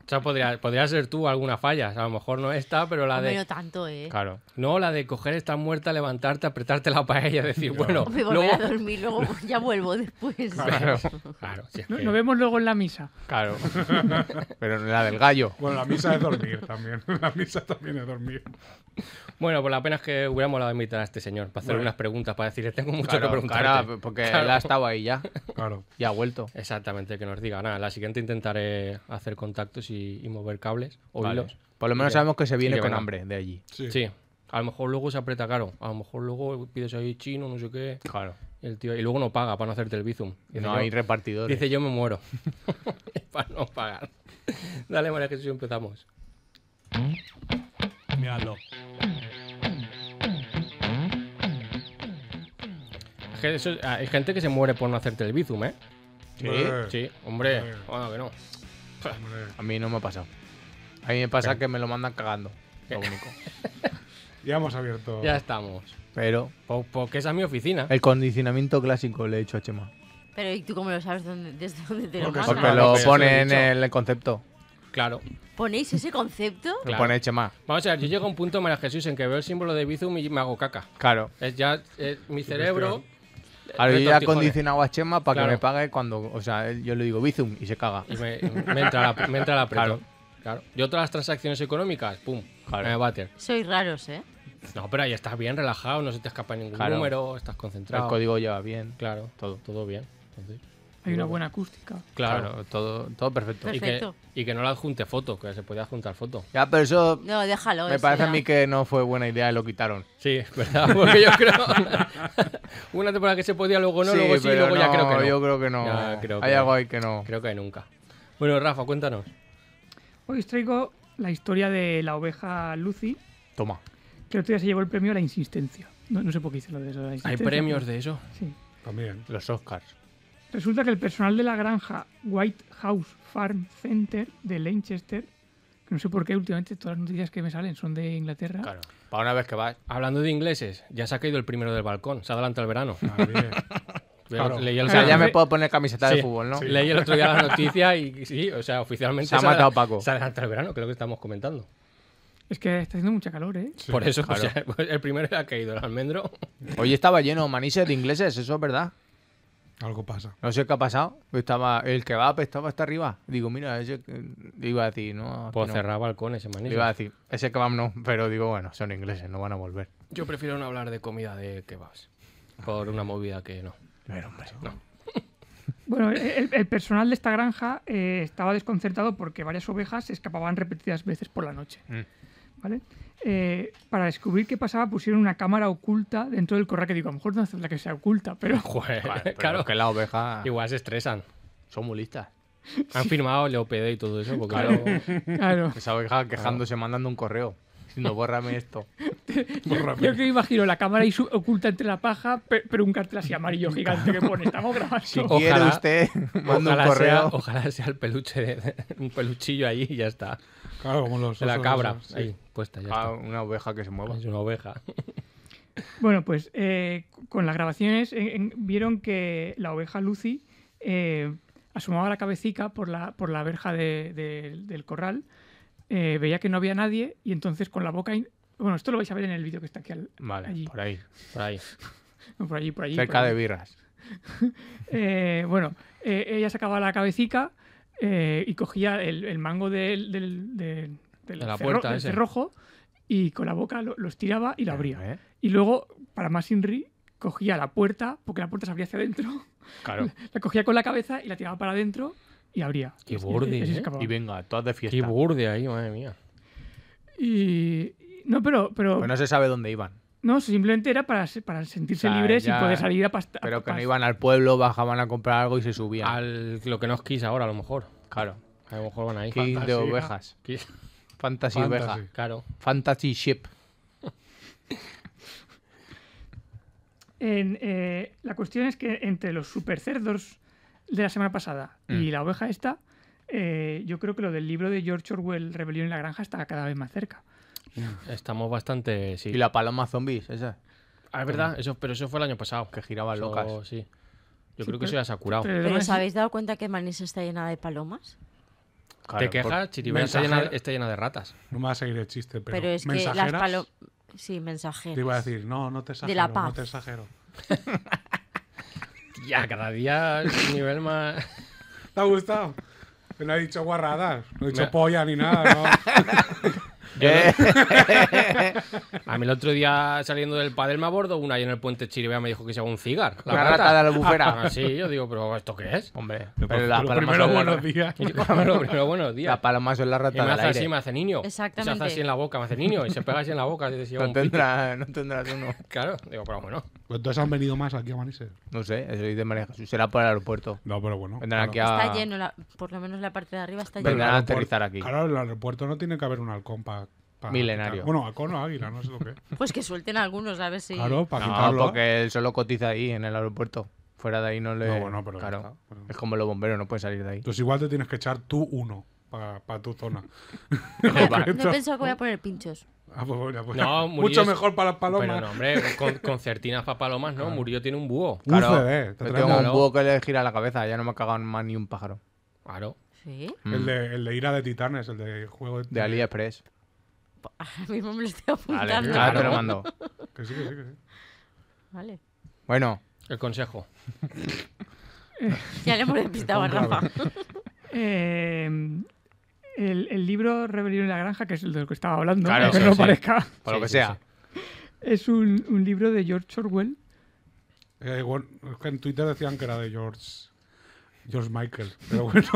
E: O sea, podría, podría ser tú alguna falla. A lo mejor no esta, pero la
G: Hombre,
E: de.
G: no tanto, ¿eh?
C: Claro.
E: No, la de coger esta muerta, levantarte, apretarte la paella
C: <laughs>
E: y decir, bueno,
G: <laughs> Me volveré
E: luego.
G: a dormir, luego ya vuelvo después.
E: Claro, si es
F: No-
E: que-
F: Nos vemos luego en la misa.
C: Claro. Pero en la del gallo.
D: Bueno, la misa es dormir también. <laughs> La misa también es dormir.
E: Bueno, pues la pena es que hubiera molado invitar a este señor para hacerle
D: Bueno.
E: unas preguntas, para decirle, tengo mucho que
C: Claro,
E: preguntarte.
C: claro, porque
E: Claro.
C: él ha estado ahí ya.
D: Claro.
C: Y ha vuelto.
E: Exactamente, que nos diga. Nada, la siguiente intentaré hacer contactos y, y mover cables o
C: Vale.
E: hilos.
C: Por lo menos
E: Y que-
C: sabemos que se
E: y
C: viene
E: que
C: con
E: venga.
C: hambre de allí.
D: Sí.
E: Sí. A lo mejor luego se aprieta caro. A lo mejor luego pides ahí chino, no sé qué.
C: Claro.
E: Y, el tío, y luego no paga para no hacerte el bizum. Dice,
C: No
E: yo-
C: hay repartidores.
E: dice, yo me muero. <laughs> para no pagar. <laughs> Dale, María Jesús, empezamos.
D: Miradlo.
E: Es que eso- hay gente que se muere por no hacerte el bizum, ¿eh?
C: Sí.
D: Hombre,
E: Sí, hombre.
D: Eh.
E: Bueno, que no.
D: hombre.
C: A mí no me ha pasado. A mí me pasa que me lo mandan cagando. Lo único.
D: Ya hemos abierto.
E: Ya estamos.
C: <laughs> Pero
E: Po- Porque Pues, esa es mi oficina.
C: el condicionamiento clásico le he hecho a Chema.
G: Pero ¿y tú cómo lo sabes dónde, desde dónde te lo
D: Porque
G: mandan?
C: Porque
E: no,
C: pues lo
E: pero eso lo
C: pone
E: he
C: en
E: dicho.
C: el concepto.
E: Claro.
G: ¿Ponéis ese concepto?
C: Lo
E: Claro.
C: pone Chema.
E: Vamos a ver, yo llego a un punto, María Jesús, en que veo el símbolo de bizum y me hago caca.
C: Claro.
E: Es ya es mi cerebro.
C: Ahora yo ya he
E: retortijones.
C: condicionado a Chema para
E: Claro.
C: que me pague cuando. O sea, él- yo le digo bizum y se caga.
E: Y me, me entra la, me entra la Claro. claro. Yo todas las transacciones económicas, pum,
C: Claro.
E: en el váter.
G: Sois raros, ¿eh?
E: No, pero ahí estás bien relajado, no se te escapa ningún
C: Claro.
E: número, estás
C: El
E: concentrado.
C: código lleva bien.
E: Claro, todo, todo bien. Entonces,
F: Hay una buena acústica.
E: claro.
C: Claro, todo, todo perfecto.
E: Y, que,
G: Perfecto.
E: y que no le adjunte foto, que se puede adjuntar foto.
C: Ya, pero eso
G: No, déjalo.
C: me
G: eso
C: parece a
G: ya.
C: mí que no fue buena idea y lo quitaron.
E: Sí, es ¿verdad? <laughs> Porque yo creo. <laughs> una temporada que se podía, luego no,
C: Sí,
E: luego sí,
C: pero
E: luego ya
C: no,
E: creo que no.
C: Yo creo que no.
E: Ya creo
C: Hay
E: que
C: algo
E: no.
C: ahí que no.
E: Creo que nunca. Bueno, Rafa, cuéntanos.
F: Hoy os traigo la historia de la oveja Lucy,
C: Toma.
F: que el otro día se llevó el premio a la insistencia. No, no sé por qué hice lo de eso. de la
E: Hay
F: insistencia,
E: premios de eso.
F: pero- sí.
D: También.
C: Los Oscars.
F: Resulta que el personal de la granja White House Farm Center de Lanchester, que no sé por qué últimamente todas las noticias que me salen son de Inglaterra,
C: Claro. Para una vez que vas.
E: Hablando de ingleses, ya se ha caído el primero del balcón, se adelanta el verano.
D: También. Claro.
E: Leí el
C: O sea, ya
E: otro-
C: me puedo poner camiseta
E: Sí.
C: de fútbol, ¿no?
D: Sí.
E: Leí el otro día la noticia y sí, o sea, oficialmente
C: Se ha
E: adela-
C: matado Paco.
E: Se adelanta el verano, que es lo que estamos comentando.
F: es que está haciendo mucha calor, ¿eh?
E: Por eso,
C: claro.
E: o sea, <laughs> pues el primero le ha caído el almendro. pues
C: Hoy estaba lleno manises de ingleses, eso es verdad.
D: Algo pasa.
C: No sé qué ha pasado. Estaba el kebab estaba hasta arriba. Digo, mira, ese eh, iba a decir, no, aquí
E: Puedo
C: no.
E: cerrar balcones, hermanito.
C: Le iba a decir, ese kebab no, pero digo, bueno, son ingleses, no van a volver.
E: Yo prefiero no hablar de comida de kebabs. Por una movida que no.
C: Pero, hombre,
F: Bueno, el, el personal de esta granja eh, estaba desconcertado porque varias ovejas se escapaban repetidas veces por la noche.
E: Mm.
F: ¿Vale? Eh, para descubrir qué pasaba pusieron una cámara oculta dentro del corral que digo, a lo mejor no hace la que sea oculta,
E: <laughs>
F: pero
E: Joder,
C: Vale, pero
E: <laughs> claro.
C: es que las ovejas
E: Igual se estresan.
C: son muy listas.
E: Han firmado el E OPD y todo eso, porque claro.
F: claro,
C: Esa oveja quejándose, mandando un correo. Diciendo, bórrame esto.
D: Muy
F: Yo-
D: rápido.
F: Yo que me imagino la cámara ahí su- oculta entre la paja, pe- pero, un cartel así amarillo gigante que pone, estamos grabando.
E: Sí.
F: Ojo,
C: Quiere
E: Ojalá-
C: usted, <laughs> <laughs> manda un
E: ojalá sea,
C: correo.
E: ojalá sea el peluche, de- un peluchillo allí y ya está.
D: Claro, como los
E: De la
D: osos
E: cabra,
D: esos, sí.
E: ahí, puesta, ya
C: Ah, una oveja que se
E: está.
C: mueva.
E: Es una oveja.
F: Bueno, pues eh, con las grabaciones en- en- vieron que la oveja Lucy eh, asomaba la cabecica por la, por la verja de- de- del corral, eh, veía que no había nadie y entonces con la boca... in- Bueno, esto lo vais a ver en el vídeo que está aquí al-
C: Vale,
F: allí.
C: por ahí.
E: Por ahí.
F: No, por allí, por allí.
C: Cerca
F: por
C: de
F: allí.
C: birras.
F: Eh, bueno, eh, ella sacaba la cabecica eh, y cogía el, el mango del, del, del- del
E: De la
F: cerro-
E: puerta
F: del
E: ese.
F: cerrojo y con la boca lo, los tiraba y la abría.
C: ¿Eh?
F: Y luego, para más inri, cogía la puerta, porque la puerta se abría hacia adentro, <laughs>
C: Claro.
F: la cogía con la cabeza y la tiraba para adentro y la abría.
E: <laughs> Qué
F: Y así-
E: borde,
F: y así se
E: ¿eh?
F: escapaba.
C: Y venga, todas de fiesta.
E: Qué burde ahí, madre mía.
F: Y- y- No, pero, pero
C: Pues no se sabe dónde iban.
F: no, simplemente era para, se- para sentirse
C: O sea,
F: libres
C: ya-
F: y poder salir a pastar.
C: Pero que no iban al pueblo, bajaban a comprar algo y se subían.
E: Al, lo que nos quis ahora, a lo mejor.
C: Claro.
E: A lo mejor van ahí.
C: King de
D: fantasía.
C: ovejas.
E: Kiss.
C: Fantasy,
D: Fantasy.
C: oveja.
E: Claro.
C: Fantasy ship.
F: En, eh, la cuestión es que entre los supercerdos de la semana pasada
C: Mm.
F: y la oveja esta, eh, yo creo que lo del libro de George Orwell, Rebelión en la Granja, está cada vez más cerca.
E: Estamos bastante. Sí.
C: Y la paloma zombies, esa.
E: Ah, es verdad, eso, pero eso fue el año pasado.
C: Que giraban
E: Eso,
C: locas.
E: sí. Yo
F: Sí,
E: creo que
F: pero-
E: eso ya se ha curado.
F: Pero
G: ¿Pero
F: además-
G: os habéis dado cuenta que Manis está llena de palomas?
C: Claro,
E: Te quejas,
C: por-
E: Chiribel está llena,
D: Mensajera.
E: está llena de ratas.
D: No me vas a seguir el chiste, pero,
G: Pero, es que las
D: mensajeras.
G: palomas... Sí, mensajeras.
D: Te iba a decir, no, no te exagero.
G: De la
D: No
G: paz.
D: te exagero.
E: Ya, cada día el nivel más.
D: ¿Te ha gustado? Que No he dicho guarradas, no he dicho
E: Me-
D: polla ni nada, <laughs> ¿no?
E: Yo no- A mí el otro día saliendo del padel me abordó una ahí en el puente Chiribea me dijo que se haga un cigar. La
C: Una rata de la <laughs> albufera.
E: Ah, sí, yo digo, pero ¿esto qué es?
C: Hombre,
D: Lo-
C: pero
D: lo
C: las palomas
D: primero,
C: son la-
D: buenos días.
E: Y yo, bueno, primero, buenos días.
C: las palomas son la
E: Y
C: rata
E: me
C: del
E: hace así,
C: aire.
E: me hace niño.
G: Exactamente.
E: Se hace así en la boca, me hace niño. Y se pega así en la boca. Y se lleva
C: No
E: un pito.
C: tendrás, no tendrás uno.
E: Claro, digo, pero bueno.
D: Pues Entonces han venido más aquí a Manises.
C: No sé, eso dice María Jesús. Será por el aeropuerto.
D: No, pero bueno.
C: Vendrán
D: claro.
C: aquí a.
G: Está lleno, la- por lo menos la parte de arriba está
C: Pero
G: llena.
C: Vendrán a
D: aeropuerto-
C: aterrizar aquí.
D: Claro, en el aeropuerto no tiene que haber un halcón para.
C: Milenario.
D: Bueno, halcón o águila, no sé lo que. es.
G: Pues que suelten algunos, ¿sabes? Sí. <laughs>
D: Claro, para
C: No,
D: quitarlo.
C: porque él solo cotiza ahí en el aeropuerto. Fuera de ahí no le.
D: No, bueno, pero ya
C: claro.
D: está, pero-
C: Es como los bomberos, no pueden salir de ahí.
D: Entonces igual te tienes que echar tú uno para tu zona. <laughs>
G: Ah, No he pensado que voy a poner pinchos.
D: Ah, pues bueno, pues-
E: No, Murillo
D: mucho
E: es-
D: mejor para las palomas.
E: Pero no, hombre, con, concertinas para palomas, no. Murillo tiene un búho.
D: Un CD, te
C: yo
D: traemos-
C: tengo un
E: Claro.
C: búho que le gira la cabeza. Ya no me ha cagado más ni un pájaro.
E: Claro.
G: Sí.
D: El de, el de Ira de Titanes, el de juego de.
C: Mm. De AliExpress.
G: Pues, Ahora mismo me lo estoy
C: Vale,
G: apuntando.
C: ahora te lo mando.
D: Que sí, que sí, que sí.
G: Vale.
C: Bueno,
E: El consejo.
G: Ya le hemos despistado a Rafa.
F: Eh, el, el libro Rebelión en la Granja, que es el del que estaba hablando,
C: Claro,
F: aunque
C: sí,
F: no
C: sí.
F: parezca,
C: por
E: Sí,
C: lo que
E: sí,
C: sea.
F: es un, un libro de George Orwell.
D: Eh, bueno, es que en Twitter decían que era de George. George Michael.
C: <laughs>
D: Pero bueno,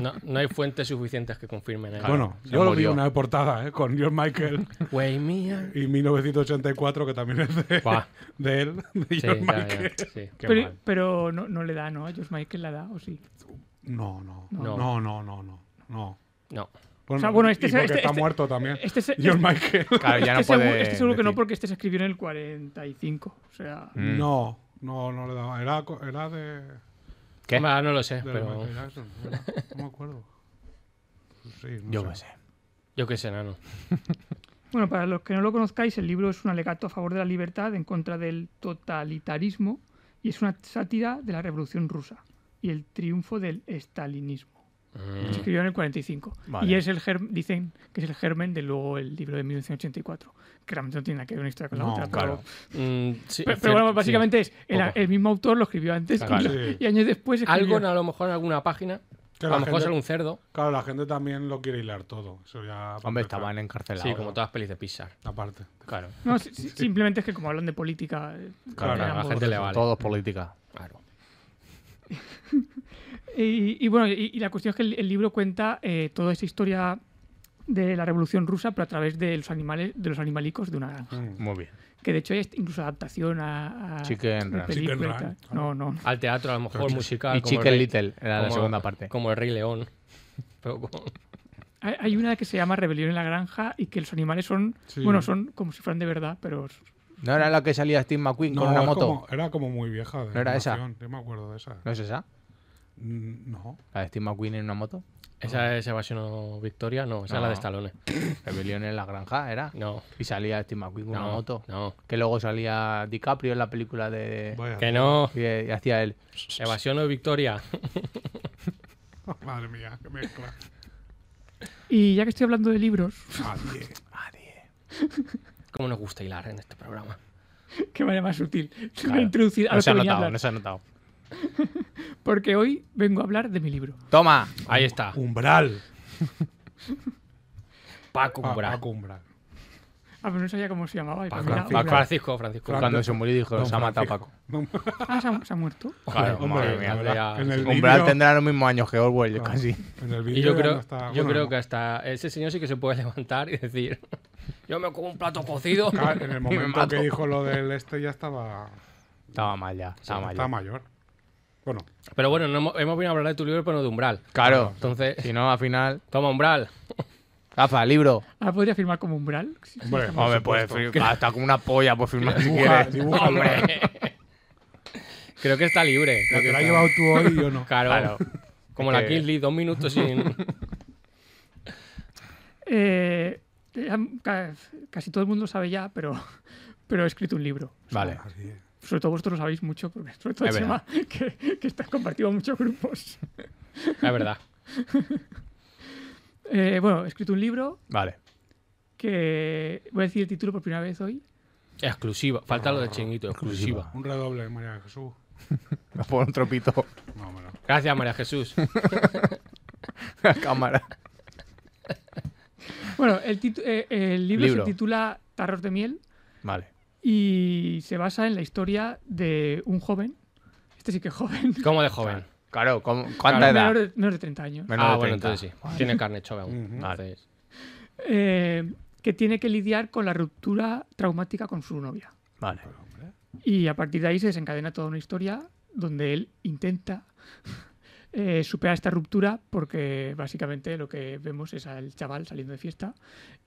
E: No, no hay fuentes suficientes que confirmen eso.
D: bueno
C: se
D: yo lo vi
C: murió.
D: en una portada ¿eh? con George Michael
E: Güey, mía.
D: y 1984, que también es de,
E: Buah.
D: de él, de
E: Sí,
D: George
E: ya,
D: Michael.
E: ya, sí. Qué
F: Pero,
E: mal.
F: pero no, no le da, ¿no? A George Michael la da, ¿o sí?
D: No, no,
E: No.
D: no, no, no, no. no, no.
E: No.
D: Bueno,
F: sea, bueno, este
D: y
F: se-
D: porque
F: este-
D: está
F: este-
D: muerto también.
F: Este se-
D: <laughs> George Michael.
C: Claro, ya no
F: este, seguro,
C: puede.
F: este seguro que no,
C: decir.
F: porque este se escribió en el 45. O sea,
C: Mm.
D: No, no, no le daba. Era, co- era de. de
C: ¿Qué?
E: Hombre, Ah, no lo sé,
D: la
E: pero.
D: Michael Jackson, ¿verdad? No me acuerdo. Pues Sí, no
C: Yo
D: sé.
C: qué sé.
E: Yo qué sé, nano.
F: Bueno, para los que no lo conozcáis, el libro es un alegato a favor de la libertad en contra del totalitarismo y es una sátira de la Revolución Rusa y el triunfo del estalinismo. Se
E: Mm.
F: escribió en el 45
C: Vale.
F: y es el germ- dicen que es el germen de luego el libro de 1984, que realmente no tiene nada que ver una historia con la
D: No,
F: otra.
D: claro.
F: Pero,
E: Mm,
F: pero- pero
E: sí, es
F: bueno,
E: cierto,
F: básicamente
E: sí.
F: es el,
E: Poco.
F: el mismo autor lo escribió antes y
E: Claro.
F: lo- y,
D: Sí.
F: años después escribió.
E: Algo, en- a lo mejor en alguna página.
D: Que
E: a
D: la
E: lo mejor
D: gente-
E: será un cerdo.
D: Claro, la gente también lo quiere hilar todo. Eso ya. para
C: Hombre,
D: empezar.
C: estaban encarcelados.
E: Sí, como todas las pelis de Pixar.
D: Aparte.
E: Claro.
F: No, si- si- simplemente es que como hablan de política, eh,
D: Claro,
F: eran
E: a la
F: ambos-
E: gente le vale.
C: Todos política.
E: Claro.
F: Y, y bueno, y, y la cuestión es que el, el libro cuenta eh, toda esa historia de la Revolución Rusa, pero a través de los animales, de los animalicos de una granja.
C: Muy bien.
F: Que de hecho hay incluso adaptación a, a
C: Chicken
F: de
C: Run.
F: película
D: Chicken
F: y
D: Run,
F: tal.
D: claro.
F: No, no.
E: Al teatro, a lo mejor musical.
C: Y
E: como el
C: Chicken
E: Rey-
C: Little era la segunda parte.
E: Como el Rey León. <laughs> Pero con-
F: Hay, hay una que se llama Rebelión en la Granja y que los animales son,
D: Sí.
F: bueno, son como si fueran de verdad, pero s-
C: No era la que salía Steve McQueen con una
D: es
C: moto.
D: como- era como muy vieja. de
C: ¿No era esa?
D: animación, Yo me acuerdo de esa.
C: ¿No es esa?
D: Mm, No.
C: La de Steve McQueen en una moto.
E: ¿Esa es Evasión o Victoria? Ah. No, esa es la de
C: No.
E: Stallone.
C: Rebelión en la granja, ¿era?
E: No,
C: Y salía Steve McQueen con una
E: no,
C: moto.
E: no.
C: Que luego salía DiCaprio en la película de...
D: Vaya.
E: Que no.
C: Y, y hacía él...
E: Evasión o Victoria.
D: <laughs>
E: <laughs>
D: Madre mía, qué mezcla.
F: Y ya que estoy hablando de libros, <laughs>
D: Nadie.
E: ¿Cómo nos gusta hilar en este programa?
F: qué manera más <laughs> sutil
C: Claro.
F: de introducir a
C: No
F: lo
C: se ha
F: que venía a
C: notado,
F: hablar.
C: no se ha notado.
F: Porque hoy vengo a hablar de mi libro.
C: ¡Toma!
E: Ahí está.
D: Umbral.
E: Paco
D: Pa-
E: Umbral.
D: Ah, Paco Umbral.
F: A ver, Ah, no sabía cómo se llamaba. y
E: Paco,
F: pues mira,
D: Francisco.
F: Umbral.
E: Francisco, Francisco.
D: Fran-
C: Cuando se murió dijo,
D: Don
C: se ha matado
D: Francisco.
C: Paco.
D: No,
F: Ah, se ha, se ha muerto.
E: Claro,
D: hombre,
E: madre
D: la
E: mía,
D: verdad,
E: ya-
D: en el
C: Umbral
D: vídeo-
C: tendrá los mismos años que Orwell, yo casi.
D: En el
E: Y
D: vídeo
E: yo
D: ya
E: creo,
D: no está-
E: yo
D: bueno,
E: creo
D: no.
E: que hasta ese señor sí que se puede <laughs> levantar y decir, <laughs> yo me como un plato cocido.
D: <laughs> Claro, Ah, en
C: me
D: el momento
C: mato.
D: que dijo lo del este ya estaba,
C: Estaba mal ya, estaba mal
D: estaba
C: ya.
D: mayor. Bueno,
E: Pero bueno, no hemos, hemos venido a hablar de tu libro, pero no de Umbral.
C: Claro,
E: Entonces, <laughs>
C: si no, al final...
E: toma Umbral.
C: Rafa, libro.
F: Ahora Ah, podría firmar como umbral. Sí, sí,
D: hombre,
F: está mal.
C: Hombre, pues, puedes firmar hasta con una polla por firmar si
D: dibuja,
C: quieres.
D: dibuja la
E: Hombre. <laughs> Creo que está libre.
D: que
E: creo que
D: te la has
E: está-
D: llevado tú hoy
E: <laughs>
D: y yo no.
E: Claro. Como
C: Es
E: la
C: que-
E: Kingsley, dos
C: <laughs>
E: minutos sin...
F: Eh, ya ca- casi todo el mundo lo sabe ya, pero, <laughs> pero he escrito un libro.
C: <laughs> Vale.
D: Así es.
F: Sobre todo vosotros lo sabéis mucho, porque sobre todo
C: Es
F: Chema, <laughs> que, que está compartido en muchos grupos.
E: Es verdad.
F: Eh, bueno, he escrito un libro
C: Vale.
F: que voy a decir el título por primera vez hoy.
E: Exclusiva. Falta lo de chinguito. Exclusiva.
D: Un redoble, María de Jesús.
C: Me pongo un tropito
D: No, hombre, no.
E: Gracias, María Jesús.
C: a <laughs> la cámara.
F: Bueno, el, titu- eh, el libro,
C: Libro.
F: se titula Tarros de miel
C: Vale.
F: y se basa en la historia de un joven. Este sí que es joven. <laughs>
E: ¿Cómo
C: <laughs>
E: de joven?
C: Claro, ¿cómo-
F: No
C: ¿cuánta
F: es
C: edad?
F: menor de, menor de 30 años.
C: Menor
E: Ah,
C: de
E: bueno,
C: 30.
E: entonces sí. Tiene carne chove aún.
D: Ujú.
E: Entonces-
F: Eh, que tiene que lidiar con la ruptura traumática con su novia.
C: Vale.
F: Y a partir de ahí se desencadena toda una historia donde él intenta <laughs> eh, superar esta ruptura porque básicamente lo que vemos es al chaval saliendo de fiesta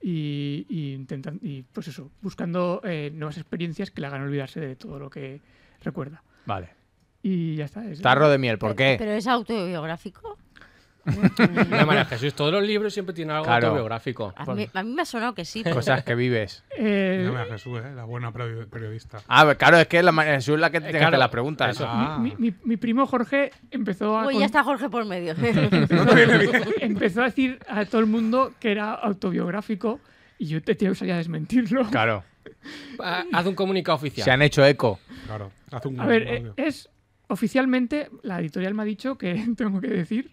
F: y, y intentan- y pues eso, buscando eh, nuevas experiencias que le hagan olvidarse de todo lo que recuerda.
C: Vale.
F: Y ya está. es-
C: Tarro de miel, ¿por qué?
G: ¿Pero es autobiográfico?
E: No, María Jesús, todos los libros siempre tienen algo
C: Claro.
E: autobiográfico.
G: A mí, a mí me ha sonado que sí. pero-
C: Cosas que vives.
F: Eh,
D: María Jesús, eh, la buena peri- periodista.
C: Ah, pero claro, es que la María Jesús es la que te
E: Eh,
C: hace
E: claro,
C: las preguntas.
E: eso.
D: Ah,
F: mi, mi- mi primo Jorge empezó a...
G: Uy,
F: con-
G: ya está Jorge por medio.
F: <laughs> empezó a decir a todo el mundo que era autobiográfico y yo te tenía que salir a desmentirlo.
C: Claro.
E: Ah, Haz un comunicado oficial.
C: Se han hecho eco.
D: claro. Hace un
F: A ver, eh,
D: audio.
F: es oficialmente, la editorial me ha dicho que <laughs> tengo que decir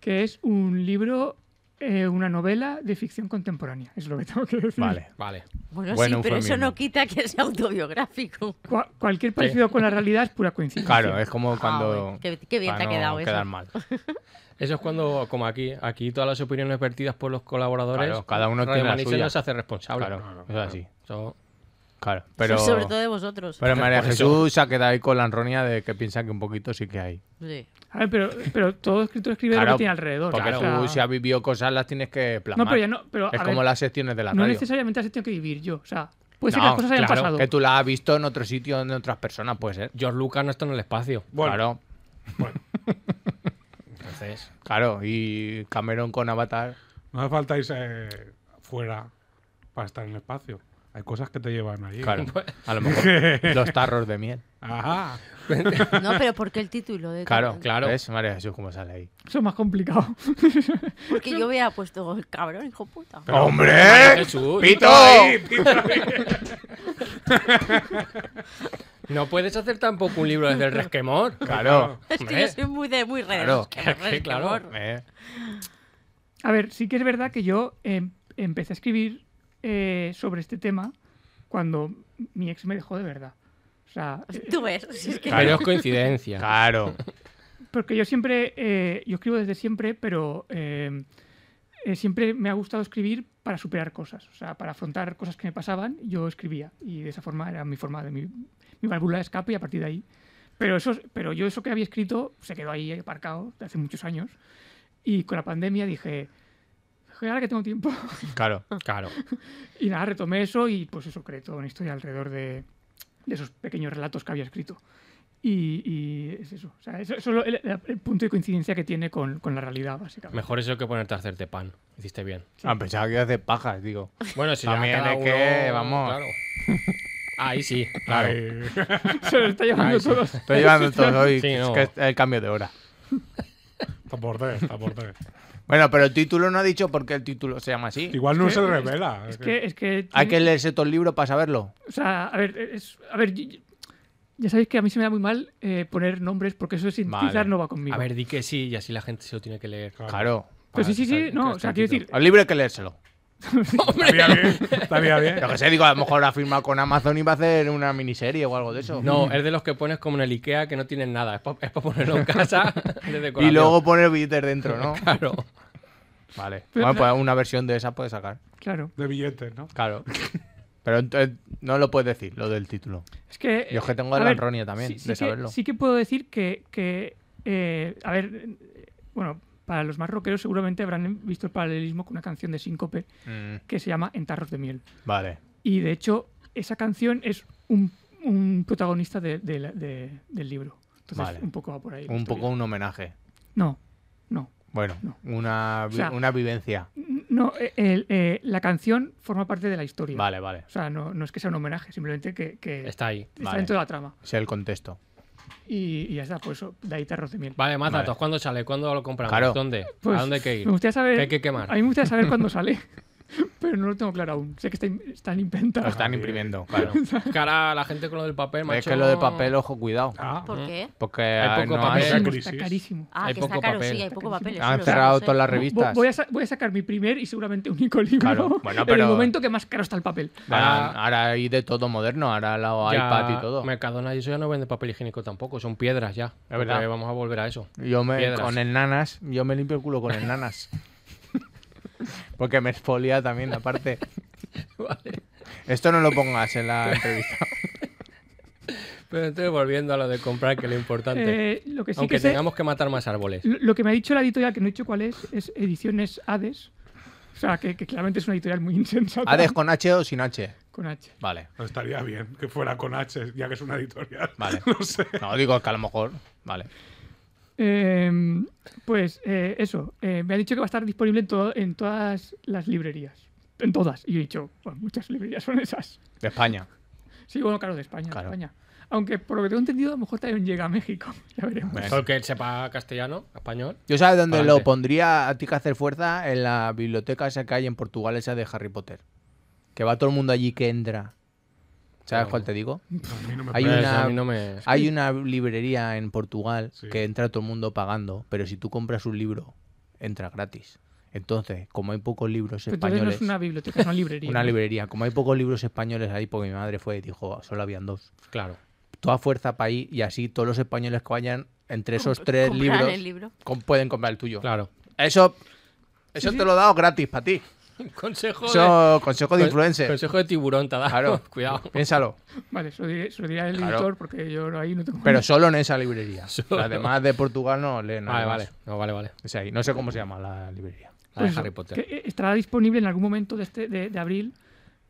F: que es un libro, eh, una novela de ficción contemporánea. Es lo que tengo que decir.
C: Vale.
E: Vale.
G: <laughs> Bueno,
C: Bueno,
G: sí, pero eso
C: eufemismo.
G: no quita que sea autobiográfico.
F: Cua- cualquier parecido con la realidad es pura coincidencia.
C: Claro, es como cuando.
G: Ah, qué- qué bien
C: para
G: te ha quedado
C: no
G: eso.
C: quedar mal.
E: Eso es cuando, como aquí, aquí todas las opiniones vertidas por los colaboradores,
C: Claro, cada uno
E: Radio
C: tiene la
E: Manises
C: suya.
E: no se hace responsable.
C: Claro, eso es así.
E: Eso-
C: Claro. Pero,
G: Sobre todo de vosotros.
C: pero María
E: Por eso.
C: Jesús se ha quedado ahí con la anronia de que piensa que un poquito sí que hay.
G: Sí.
F: A ver, pero, pero todo escritor escribe lo
C: Claro,
F: que tiene alrededor.
C: Porque
F: o sea,
C: tú, si has vivido cosas, las tienes que plasmar.
F: no, pero ya no. Pero,
C: es
F: a
C: como
F: ver,
C: las secciones de la
F: no
C: radio.
F: necesariamente has tenido que vivir yo. O sea, puede ser que
C: No,
F: las cosas hayan
C: claro,
F: pasado.
C: Que tú las has visto en otro sitio, en otras personas, puede ser.
E: George Lucas no está en el espacio.
D: Bueno.
C: Claro, <laughs>
E: Entonces,
C: claro. Y Cameron con Avatar.
D: No hace falta irse eh, fuera para estar en el espacio. Hay cosas que te llevan
C: <laughs>
D: allí.
C: Claro. A lo <laughs> mejor los tarros de miel.
D: Ajá.
G: No, pero ¿por qué el título? De
C: Claro,
E: Claro.
C: ¿Ves? María Jesús cómo sale ahí.
F: Eso es más complicado. <laughs>
G: Porque yo hubiera puesto cabrón, hijo puta.
E: María
C: ¡Hombre!
E: Jesús,
C: ¡Pito!
E: no puedes hacer tampoco un libro desde el resquemor.
C: <laughs> Claro.
G: Es que
E: Hombre.
G: yo soy muy de muy redes.
C: Claro,
G: que
E: es que
G: redes,
E: claro.
G: que amor. <laughs>
C: Eh,
F: A ver, sí que es verdad que yo em- empecé a escribir eh, sobre este tema cuando mi ex me dejó de verdad. O sea, eh,
G: Tú ves. si es que-
E: Pero es coincidencia.
C: Claro.
F: porque yo siempre, eh, yo escribo desde siempre, pero eh, eh, siempre me ha gustado escribir para superar cosas, o sea, para afrontar cosas que me pasaban, yo escribía y de esa forma era mi forma de mi, mi válvula de escape y a partir de ahí. Pero, eso, pero yo eso que había escrito se quedó ahí aparcado de hace muchos años y con la pandemia dije, "Joder, ahora que tengo tiempo.
C: Claro.
E: Claro.
F: Y nada, retomé eso y pues eso, creé toda una historia alrededor de, de esos pequeños relatos que había escrito. Y, y es eso. O sea, es solo el, el punto de coincidencia que tiene con, con la realidad, básicamente.
E: Mejor eso que ponerte a hacerte pan. Hiciste bien.
C: Ah, pensaba que ibas de pajas, digo.
E: Bueno, si ya
C: También
E: cada
C: es
E: uno-
C: que, vamos.
E: Claro. Ahí sí, claro.
F: <laughs> Se lo está llevando todos.
C: Estoy llevando todo hoy.
E: Sí,
C: Es
E: no.
C: que es el cambio de hora.
D: Está por tres, está por tres.
C: Bueno, pero el título no ha dicho por qué el título se llama así.
D: Igual no
F: que-
D: se revela.
F: Es que, es que,
C: Hay que leerse todo el libro para saberlo.
F: O sea, a ver, es, a ver, y- y- ya sabéis que a mí se me da muy mal eh, poner nombres porque eso de sintetizar
C: Vale.
F: no va conmigo.
E: A ver, di que sí y así la gente se lo tiene que leer.
C: Claro.
F: Pero sí, sí,
E: Para
F: sí,
E: que
F: no,
E: está
F: o sea, quiero decir,
E: escrito.
C: Al libro hay que leérselo.
D: Estaría bien, <laughs> estaría bien.
C: Lo que sé, digo, a lo mejor ha firmado con Amazon y va a hacer una miniserie o algo de eso.
E: No, es de los que pones como en el Ikea que no tienen nada. Es para
C: <laughs>
E: ponerlo en casa <laughs> de
C: y
E: decoración.
C: luego poner billetes dentro, ¿no? <laughs>
E: Claro.
C: Vale.
F: Pero-
C: Bueno, pues una versión de esa puedes sacar.
F: claro,
D: De billetes, ¿no?
C: Claro. <laughs> Pero entonces no lo puedes decir, lo del título.
F: es que...
C: Yo es que tengo
F: a
C: la
F: ver,
C: anronia también, de
F: que-
C: saberlo.
F: sí que puedo decir que, que, eh, a ver, eh, bueno, para los más rockeros seguramente habrán visto el paralelismo con una canción de Síncope
C: Mm,
F: que se llama En tarros de miel.
C: vale.
F: Y de hecho, esa canción es un, un protagonista de- de la- de- del libro. Entonces,
C: Vale.
F: un poco va por ahí. la
C: Un
F: historia.
C: poco un homenaje.
F: No, no.
C: Bueno,
F: No.
C: una, vi-
F: O sea-
C: una vivencia.
F: No, eh, el- eh, la canción forma parte de la historia.
C: Vale, vale.
F: O sea, no, no es que sea un homenaje, simplemente que, que está,
E: Está ahí.
C: vale.
F: dentro de la trama.
C: Ese es el contexto.
F: Y, y ya está, pues eso, de ahí tarros de miel.
E: Vale, más
C: Vale.
E: datos. ¿Cuándo sale? ¿Cuándo lo compramos?
C: Claro.
E: ¿Dónde?
F: Pues,
E: ¿A dónde hay que ir?
F: Me gustaría saber.
E: ¿Qué hay que quemar?
F: A mí me gustaría saber
E: <laughs>
F: cuándo sale, <laughs> pero no lo tengo claro aún. Sé que está in- están inventando.
C: Lo
E: Pues
C: están imprimiendo, claro.
E: Cara a la gente con lo del papel, macho.
C: es que lo de papel, ojo, cuidado.
D: Ah,
G: ¿Por qué?
C: Porque
E: Hay
C: ah,
E: poco
C: no
E: papel.
C: hay-
D: la
F: Carísimo,
D: crisis.
F: Está carísimo.
G: Ah,
E: Hay
G: que
E: poco
G: está caro,
E: papel.
G: sí, hay poco papel. eso
C: han
G: lo sé, lo
C: cerrado
G: sé.
C: todas las
F: Vo-
C: revistas.
F: Voy a, sa- voy a sacar mi primer y seguramente único libro <laughs>
C: Claro, bueno,
F: en
C: pero-
F: el momento que más caro está el papel.
C: Ahora, ahora hay de todo moderno, ahora la
E: Ya
C: iPad y todo.
E: Mercadona y eso ya no vende papel higiénico tampoco. Son piedras ya.
C: Es verdad.
E: Porque Vamos a volver a eso.
C: Yo me
E: Piedras.
C: con el nanas, yo me limpio el culo con el <laughs> nanas. Porque me exfolia también, <laughs> aparte.
E: Vale.
C: Esto no lo pongas en la entrevista. <laughs>
E: Pero entonces volviendo a lo de comprar, que es lo importante.
F: Eh, lo que sí
E: Aunque
F: que sé-
E: tengamos que matar más árboles.
F: Lo lo que me ha dicho la editorial, que no he dicho cuál es, es Ediciones Hades. O sea, que, que claramente es una editorial muy insensata.
C: ¿Hades con H o sin H?
F: Con H.
C: Vale,
D: pues Estaría bien que fuera con H, ya que es una editorial.
C: vale.
D: <laughs> No sé.
C: <laughs> No, digo que a lo mejor. Vale.
F: Eh, pues eh, eso, eh, me ha dicho que va a estar disponible en, to- en todas las librerías. En todas. Y yo he dicho, "Bueno, muchas librerías son esas.
C: De España.
F: Sí, bueno, claro, de España. de
C: Claro.
F: España. Aunque por lo que tengo entendido, a lo mejor también llega a México. <laughs> Ya veremos.
C: Ves.
E: Solo que él sepa castellano, español.
C: Yo sabes dónde
E: Pa'lante.
C: lo pondría a ti que hacer fuerza en la biblioteca esa que hay en Portugal, esa de Harry Potter. Que va todo el mundo allí que entra. ¿Sabes cuál te digo?
D: A mí no me
C: Hay
E: Pues,
C: una-
E: a mí no me-
C: Hay una librería en Portugal
D: Sí.
C: que entra todo el mundo pagando, pero si tú compras un libro, entra gratis. Entonces, como hay pocos libros
F: Pero entonces no
C: españoles,
F: es una biblioteca, es una librería.
C: una librería, como hay pocos libros españoles ahí, porque mi madre fue y dijo, "Oh, solo habían dos.
E: Claro.
C: Toda fuerza para ahí y así todos los españoles que vayan entre esos
G: Comp-
C: tres
G: comprar
C: libros
G: el libro.
C: com- pueden comprar el tuyo.
E: Claro.
C: Eso, eso te lo he dado gratis para ti.
E: Consejo
C: Eso, consejo de
E: con-
C: influencer.
E: Consejo de tiburón te ha dado.
C: Claro.
E: <laughs> Cuidado.
C: Piénsalo.
F: Vale, se lo diré, se lo diré al
C: Claro.
F: editor porque yo no- ahí no tengo.
C: Pero solo en esa librería.
E: <laughs> Solo.
C: Además de Portugal no leen nada
E: Vale,
C: más.
E: vale. No, vale, vale.
C: Es ahí. No sé cómo se llama la librería.
E: La
F: Pues
E: de
F: eso,
E: Harry Potter.
F: que, eh, estará disponible en algún momento de, este, de, de abril.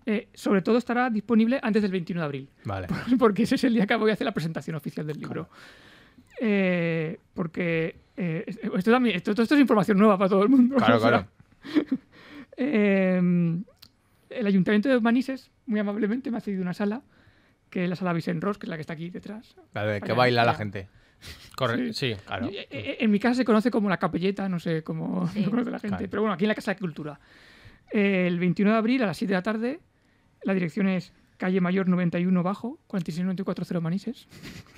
F: Eh, sobre todo estará disponible antes del 21 de abril,
C: Vale.
F: <laughs> porque ese es el día que voy a hacer la presentación oficial del libro. Eh, porque eh, es- esto, también, esto, todo esto es información nueva para todo el mundo. <laughs>
C: Claro,
F: o sea,
C: claro.
F: eh, el Ayuntamiento de Manises, muy amablemente, me ha cedido una sala, que es la sala Vicenros, que es la que está aquí detrás.
C: La de que
F: Allá,
C: baila la
F: allá.
C: gente.
E: Corre- sí.
C: Claro.
F: Eh, eh, En mi casa se conoce como la capelleta, no sé cómo <laughs>
G: Sí.
F: lo conoce la gente,
C: Claro.
F: pero bueno, aquí en la Casa de Cultura. El 21 de abril a las 7 de la tarde, la dirección es calle Mayor 91 Bajo, 46940 Manises. <laughs>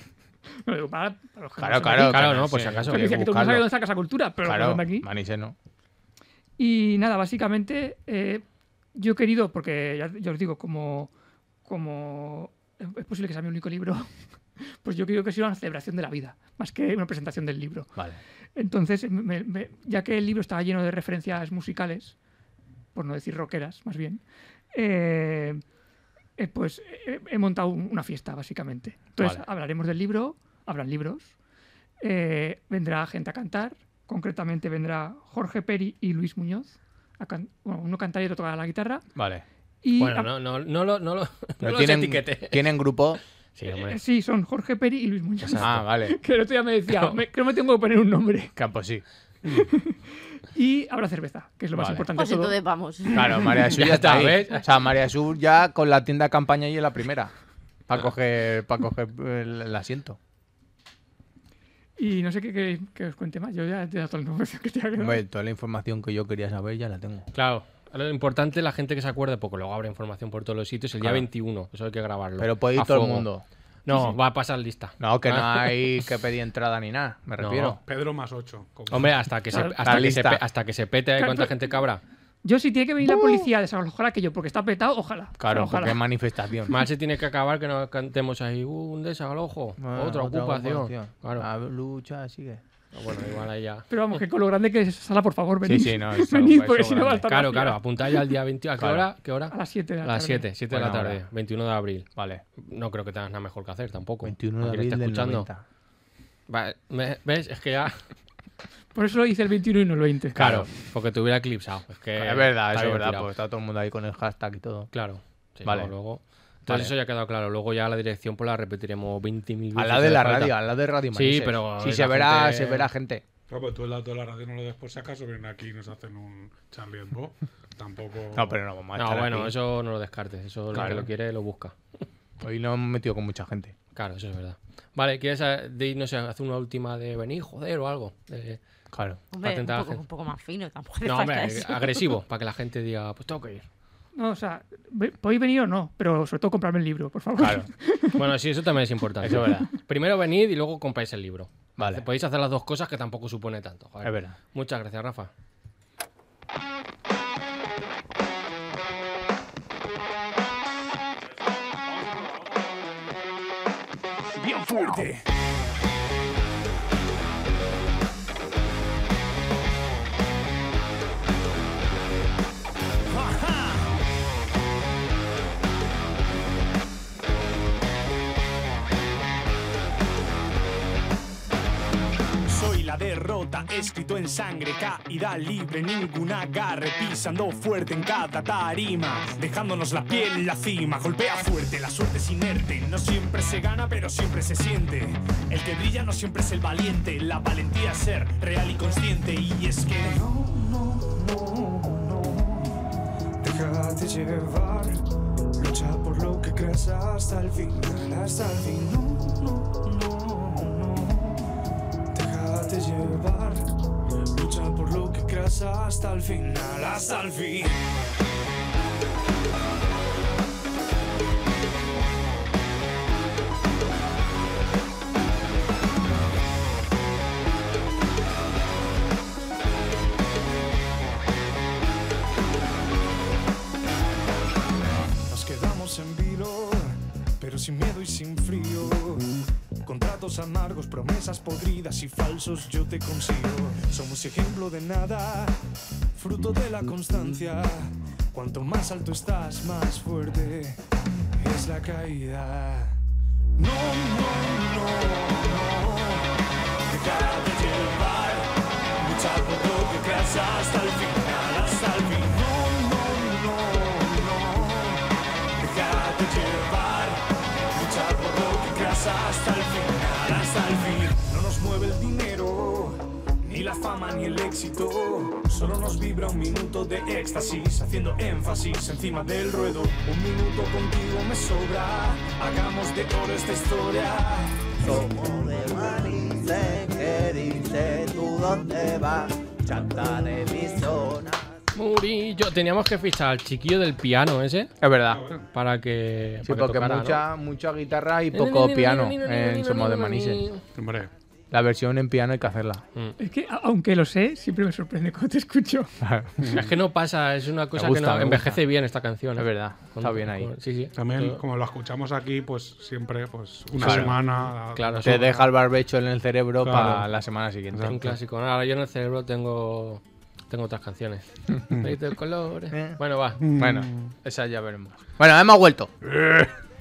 F: No digo para, para los que
C: Claro,
F: no
C: claro.
E: Claro,
C: que
E: no, por
C: sé,
E: si acaso.
F: Que
C: hay
F: dice que todo el mundo sabe
C: buscarlo.
F: dónde está Casa Cultura, pero
C: Claro,
F: lo de aquí.
C: Manises no.
F: Y nada, básicamente eh, yo he querido, porque ya, ya os digo, como, como es posible que sea mi único libro, <laughs> pues yo creo que sea una celebración de la vida, más que una presentación del libro.
C: Vale.
F: Entonces, me- me- ya que el libro estaba lleno de referencias musicales, por no decir rockeras, más bien, eh, eh, pues eh, he montado un- una fiesta, básicamente. Entonces,
C: Vale.
F: hablaremos del libro, habrán libros, eh, vendrá gente a cantar, concretamente vendrá Jorge Peri y Luis Muñoz a can- bueno, uno cantaba y otro tocaba la guitarra.
H: Vale.
F: Y
E: Bueno,
F: a-
E: no, no, no, lo, <laughs> no, lo, no
C: Pero
E: los
C: tienen,
E: etiquete.
F: <laughs>
C: tienen grupo.
E: Sí, hombre.
F: eh, sí, son Jorge Peri y Luis Muñoz.
C: Ah, vale.
F: <laughs> Que el otro día me decía, me- creo que me tengo que poner un nombre.
H: Campo sí.
F: Y habrá cerveza, que es lo más
H: Vale.
F: importante de
G: Pues
F: todo.
G: entonces vamos.
C: Claro, María Sur ya,
E: <laughs> Ya
C: está.
E: está,
C: ahí.
E: ¿ves?
C: O sea, María Sur ya con la tienda de campaña y en la primera. Para coger, para coger el, el asiento.
F: Y no sé qué queréis que os cuente más. Yo ya te he dado toda la información que te había dado.
C: Hombre, toda la información que yo quería saber ya la tengo.
E: Claro. Lo importante es la gente que se acuerde, porque luego habrá información por todos los sitios. El
C: Claro.
E: día 21, eso hay que grabarlo.
C: Pero puede ir
E: a
C: todo el
E: fuego.
C: mundo.
E: No, va a pasar lista.
C: No, que no
E: Ah.
C: hay que pedir entrada ni nada, me
E: No.
C: refiero.
D: Pedro más 8.
E: Hombre, hasta que, se,
F: Claro.
E: hasta
C: La
E: que, se,
C: lista.
E: pe- hasta que se pete, ¿eh?
F: Claro,
E: ¿cuánta
F: pero-
E: gente cabra?
F: Yo si tiene que venir la policía a desalojar aquello porque está petado, ojalá.
C: Claro,
F: ojalá.
C: porque es manifestación.
E: Mal se tiene que acabar que no cantemos ahí "Uh, un desalojo,
C: Ah,
E: otra, ocupación. Claro. Ah,
C: La lucha sigue.
E: Bueno, igual ahí ya.
F: Pero vamos, que con lo grande que es esa sala, por favor, venid. <laughs>
C: sí, no, es algo-
F: venid,
C: es
F: porque
C: algo
F: si no va a
C: grande.
F: estar
E: Claro,
F: vacía.
E: claro, apuntáis al día 21. ¿A qué
C: Claro.
E: hora? ¿Qué hora?
F: A las 7 de la
E: A
F: tarde.
E: las 7, 7 de la
C: Buena
E: tarde,
C: hora.
E: 21 de abril.
C: Vale.
E: No creo que tengas nada mejor que hacer tampoco.
C: 21 de
E: Aunque le
C: abril
E: esté
C: del
E: escuchando.
C: 90.
E: Va, me- ¿Ves? Es
C: <laughs>
E: que ya.
F: Por eso lo hice el 21 y no el 20.
E: Claro, porque te hubiera eclipsado. Es, que
C: Eh, es verdad,
E: está
C: eso es
E: bien
C: verdad,
E: tirado.
C: porque está todo el mundo ahí con el hashtag y todo.
E: Claro. sí,
C: Vale.
E: no, luego. Entonces
C: Vale.
E: eso ya ha quedado claro. Luego ya la dirección pues la repetiremos 20.000 veces.
C: Al lado de
E: si
C: la
E: hace falta.
C: radio, al lado de Radio
E: Sí,
C: Manises.
E: pero, a
C: Sí,
E: ver,
C: se
E: la
C: verá,
E: gente-
C: se ververá gente.
D: Claro, pero tú el dato de la radio no lo das por si acaso, vienen aquí y nos hacen un Charlie Hebdo. Tampoco.
C: No, pero no vamos a
E: No,
C: estar
E: bueno,
C: aquí.
E: eso no lo descartes. Eso el que lo quiere lo busca.
C: Hoy no hemos metido con mucha gente.
E: Claro, eso es verdad. Vale, ¿quieres eh, de- no sé, hacer una última de venir, joder, o algo? De-
C: Claro.
E: Para
G: Hombre, un
E: tentar a la
G: poco,
E: gente.
G: un poco más fino, tampoco hace
E: No,
G: falta
E: hombre, <laughs>
G: eso.
E: agresivo, para que la gente diga, pues tengo que ir.
F: No, o sea, ve- podéis venir o no, pero sobre todo comprarme el libro, por favor.
C: <laughs> Claro.
E: Bueno, sí, eso también es importante.
C: Eso es verdad.
E: Primero venid y luego compráis el libro.
C: Vale.
E: Podéis hacer las dos cosas que tampoco supone tanto. joder.
C: Es verdad.
E: Muchas gracias, Rafa.
B: Bien fuerte.
I: Soy la derrota, escrito en sangre, caída libre, ningún agarre, pisando fuerte en cada tarima, dejándonos la piel en la cima, golpea fuerte, la suerte es inerte, no siempre se gana, pero siempre se siente. El que brilla no siempre es el valiente, la valentía es ser real y consciente, y es que no, no, no, no, déjate llevar, lucha por lo que creas hasta el final, hasta el fin, no, no, no. Déjate llevar, lucha por lo que creas hasta el final, hasta el fin. Nos quedamos en vilo, pero sin miedo y sin frío. Contratos amargos, promesas podridas y falsos yo te consigo. Somos ejemplo de nada, fruto de la constancia. Cuanto más alto estás, más fuerte es la caída. No, no, no, no. Déjate llevar, lucha por lo que creas hasta el final, hasta el fin. No, no, no, no. Déjate llevar, lucha por lo que creas hasta el final, hasta el fin. No nos mueve el dinero, ni la fama ni el éxito. Solo nos vibra un minuto de éxtasis, haciendo énfasis encima del ruedo. Un minuto contigo me sobra, hagamos de oro esta historia.
J: Somos de Manises, que dice tú dónde vas, chanta de mi zona.
E: Murillo, teníamos que fichar al chiquillo del piano ese
C: Es verdad.
E: para que.
C: Sí,
E: para que
C: porque
E: tocara, ¿no?
C: mucha, mucha guitarra y poco piano en Somos de Manises.
D: Hombre,
C: La versión en piano hay que hacerla.
F: <laughs> Es que, a- aunque lo sé, siempre me sorprende cuando te escucho.
C: Ah,
E: Es que no pasa, es una cosa
C: gusta,
E: que no,
C: me
E: envejece bien esta canción.
C: Es
E: ¿eh?
C: verdad,
E: Con-
C: está bien ahí.
E: con- Sí, sí.
D: también
E: Todo-
D: como lo escuchamos aquí, pues siempre, pues una
C: Claro.
D: semana.
E: Claro,
D: dos
E: sí.
C: Te
D: semanas.
C: deja el barbecho en el cerebro
D: Claro.
C: para la semana siguiente.
E: Es un clásico. Ahora yo en el cerebro tengo tengo otras canciones.
C: <laughs>
E: Pelito de
C: Eh.
E: colores. ¿eh? Bueno, va.
C: Bueno,
E: Mm.
C: esa ya veremos. Bueno, hemos vuelto.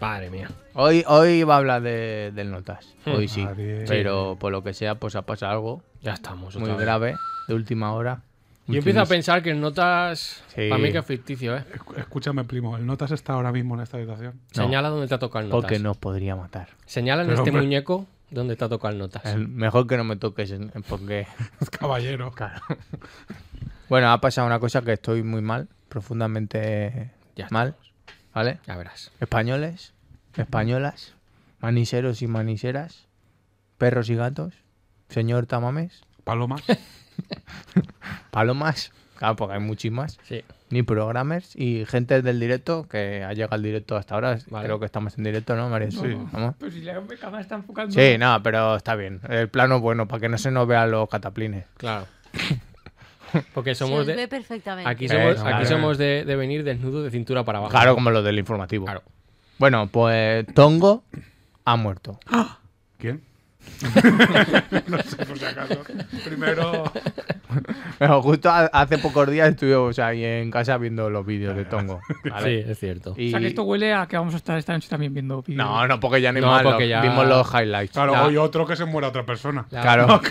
E: Madre mía.
C: Hoy, hoy va a hablar de, del Notas.
E: Hmm.
C: Hoy sí.
D: Nadie.
C: Pero por lo que sea, pues ha pasado algo
E: Ya estamos.
C: muy
E: otra vez.
C: grave de última hora.
E: Yo empiezo a pensar que el notas.
C: Sí.
E: Para mí que es ficticio, ¿eh?
D: Escu- Escúchame, primo, el Notas está ahora mismo en esta habitación.
C: No.
E: Señala dónde te ha tocado el notas.
C: Porque nos podría matar.
E: Señala en
D: Pero,
E: este
D: hombre.
E: muñeco dónde te ha tocado el notas.
C: Es mejor que no me toques eh, porque...
D: Caballero.
C: Bueno, ha pasado una cosa que estoy muy mal, profundamente
E: Ya estamos.
C: mal. ¿Vale?
E: Ya verás.
C: Españoles, españolas, maniseros y maniseras, perros y gatos, señor Tamames,
D: Palomas.
C: palomas, claro, porque hay muchísimas,
E: Sí.
C: ni programmers y gente del directo que ha llegado al directo hasta ahora.
E: Vale.
C: Creo que estamos en directo, ¿no, María?
D: Sí.
C: Vamos.
F: Pero si la cámara está enfocando.
C: Sí, no, pero está bien. El plano es bueno, para que no se nos vean los cataplines.
E: Claro. <laughs> Porque
G: Se
E: somos
G: os ve
E: de.
G: perfectamente.
E: Aquí
C: Eh,
E: somos,
C: claro.
E: aquí somos de, de venir desnudo de cintura para abajo.
C: Claro, como los del informativo.
E: Claro.
C: Bueno, pues Tongo ha muerto.
D: ¿Quién? <laughs> no sé, por si acaso. Primero.
C: Pero <laughs> justo ha- hace pocos días estuvimos ahí en casa viendo los vídeos de Tongo. ¿vale?
E: Sí, es cierto.
F: O
C: Y-
F: sea, que esto huele a que vamos a estar esta noche también viendo vídeos.
C: No, no, porque ya ni
E: No,
C: más.
E: porque
C: los-
E: ya-
C: Vimos los highlights.
D: Claro,
C: Ya,
D: hoy otro que se muera otra persona.
E: La- <laughs>
C: claro. <laughs>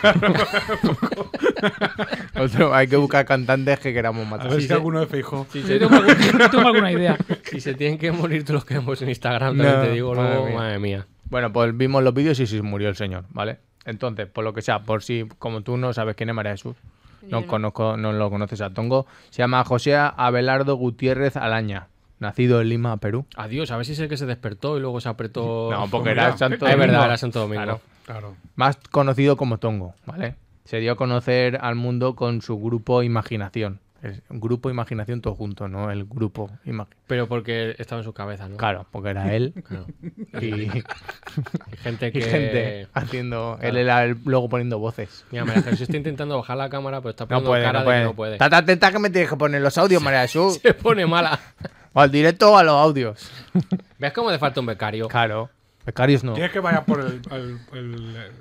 C: Otro- hay que buscar cantantes que queramos
D: A
C: matar.
D: ver
E: Sí,
D: si
E: sí.
D: alguno es fijo.
E: Si
F: Yo
C: <laughs>
E: se,
F: tengo, alguna, <laughs> yo tengo alguna idea.
E: si se tienen que morir todos los que vemos en Instagram, también
C: No,
E: te digo
C: madre
E: luego,
C: mía.
E: madre mía.
C: Bueno, pues vimos los vídeos y sí murió el señor, ¿vale? Entonces, por lo que sea, por si como tú no sabes quién es María Jesús, no,
G: Yo no.
C: conozco, no lo conoces a Tongo, se llama José Abelardo Gutiérrez Alaña, nacido en Lima, Perú.
E: Adiós, a ver si es el que se despertó y luego se apretó.
C: <laughs> No,
E: <laughs>
C: porque
D: mira.
C: era Santo
E: es
C: Domingo.
E: verdad, era Santo Domingo.
C: Claro.
D: Claro.
C: Más conocido como Tongo, ¿vale? Se dio a conocer al mundo con su grupo Imaginación. Es un grupo Imaginación todo junto, ¿no? El grupo Imaginación.
E: Pero porque estaba en su cabeza, ¿no?
C: Claro, porque era él
E: Claro.
C: y,
E: Hay gente
C: y
E: que.
C: gente haciendo... Él
E: Claro.
C: era el- luego poniendo voces.
E: <laughs> Mira, María Jesús está intentando bajar la cámara, pero está
C: No
E: poniendo
C: puede,
E: cara
C: no puede.
E: de que no puede.
C: Tata, atenta que me tienes que poner los audios, María Jesús.
E: <laughs> Se pone mala.
C: O al directo o a los audios.
E: ¿Ves cómo le falta un becario?
C: Claro. Becarios no.
D: Tienes que vaya por el, el-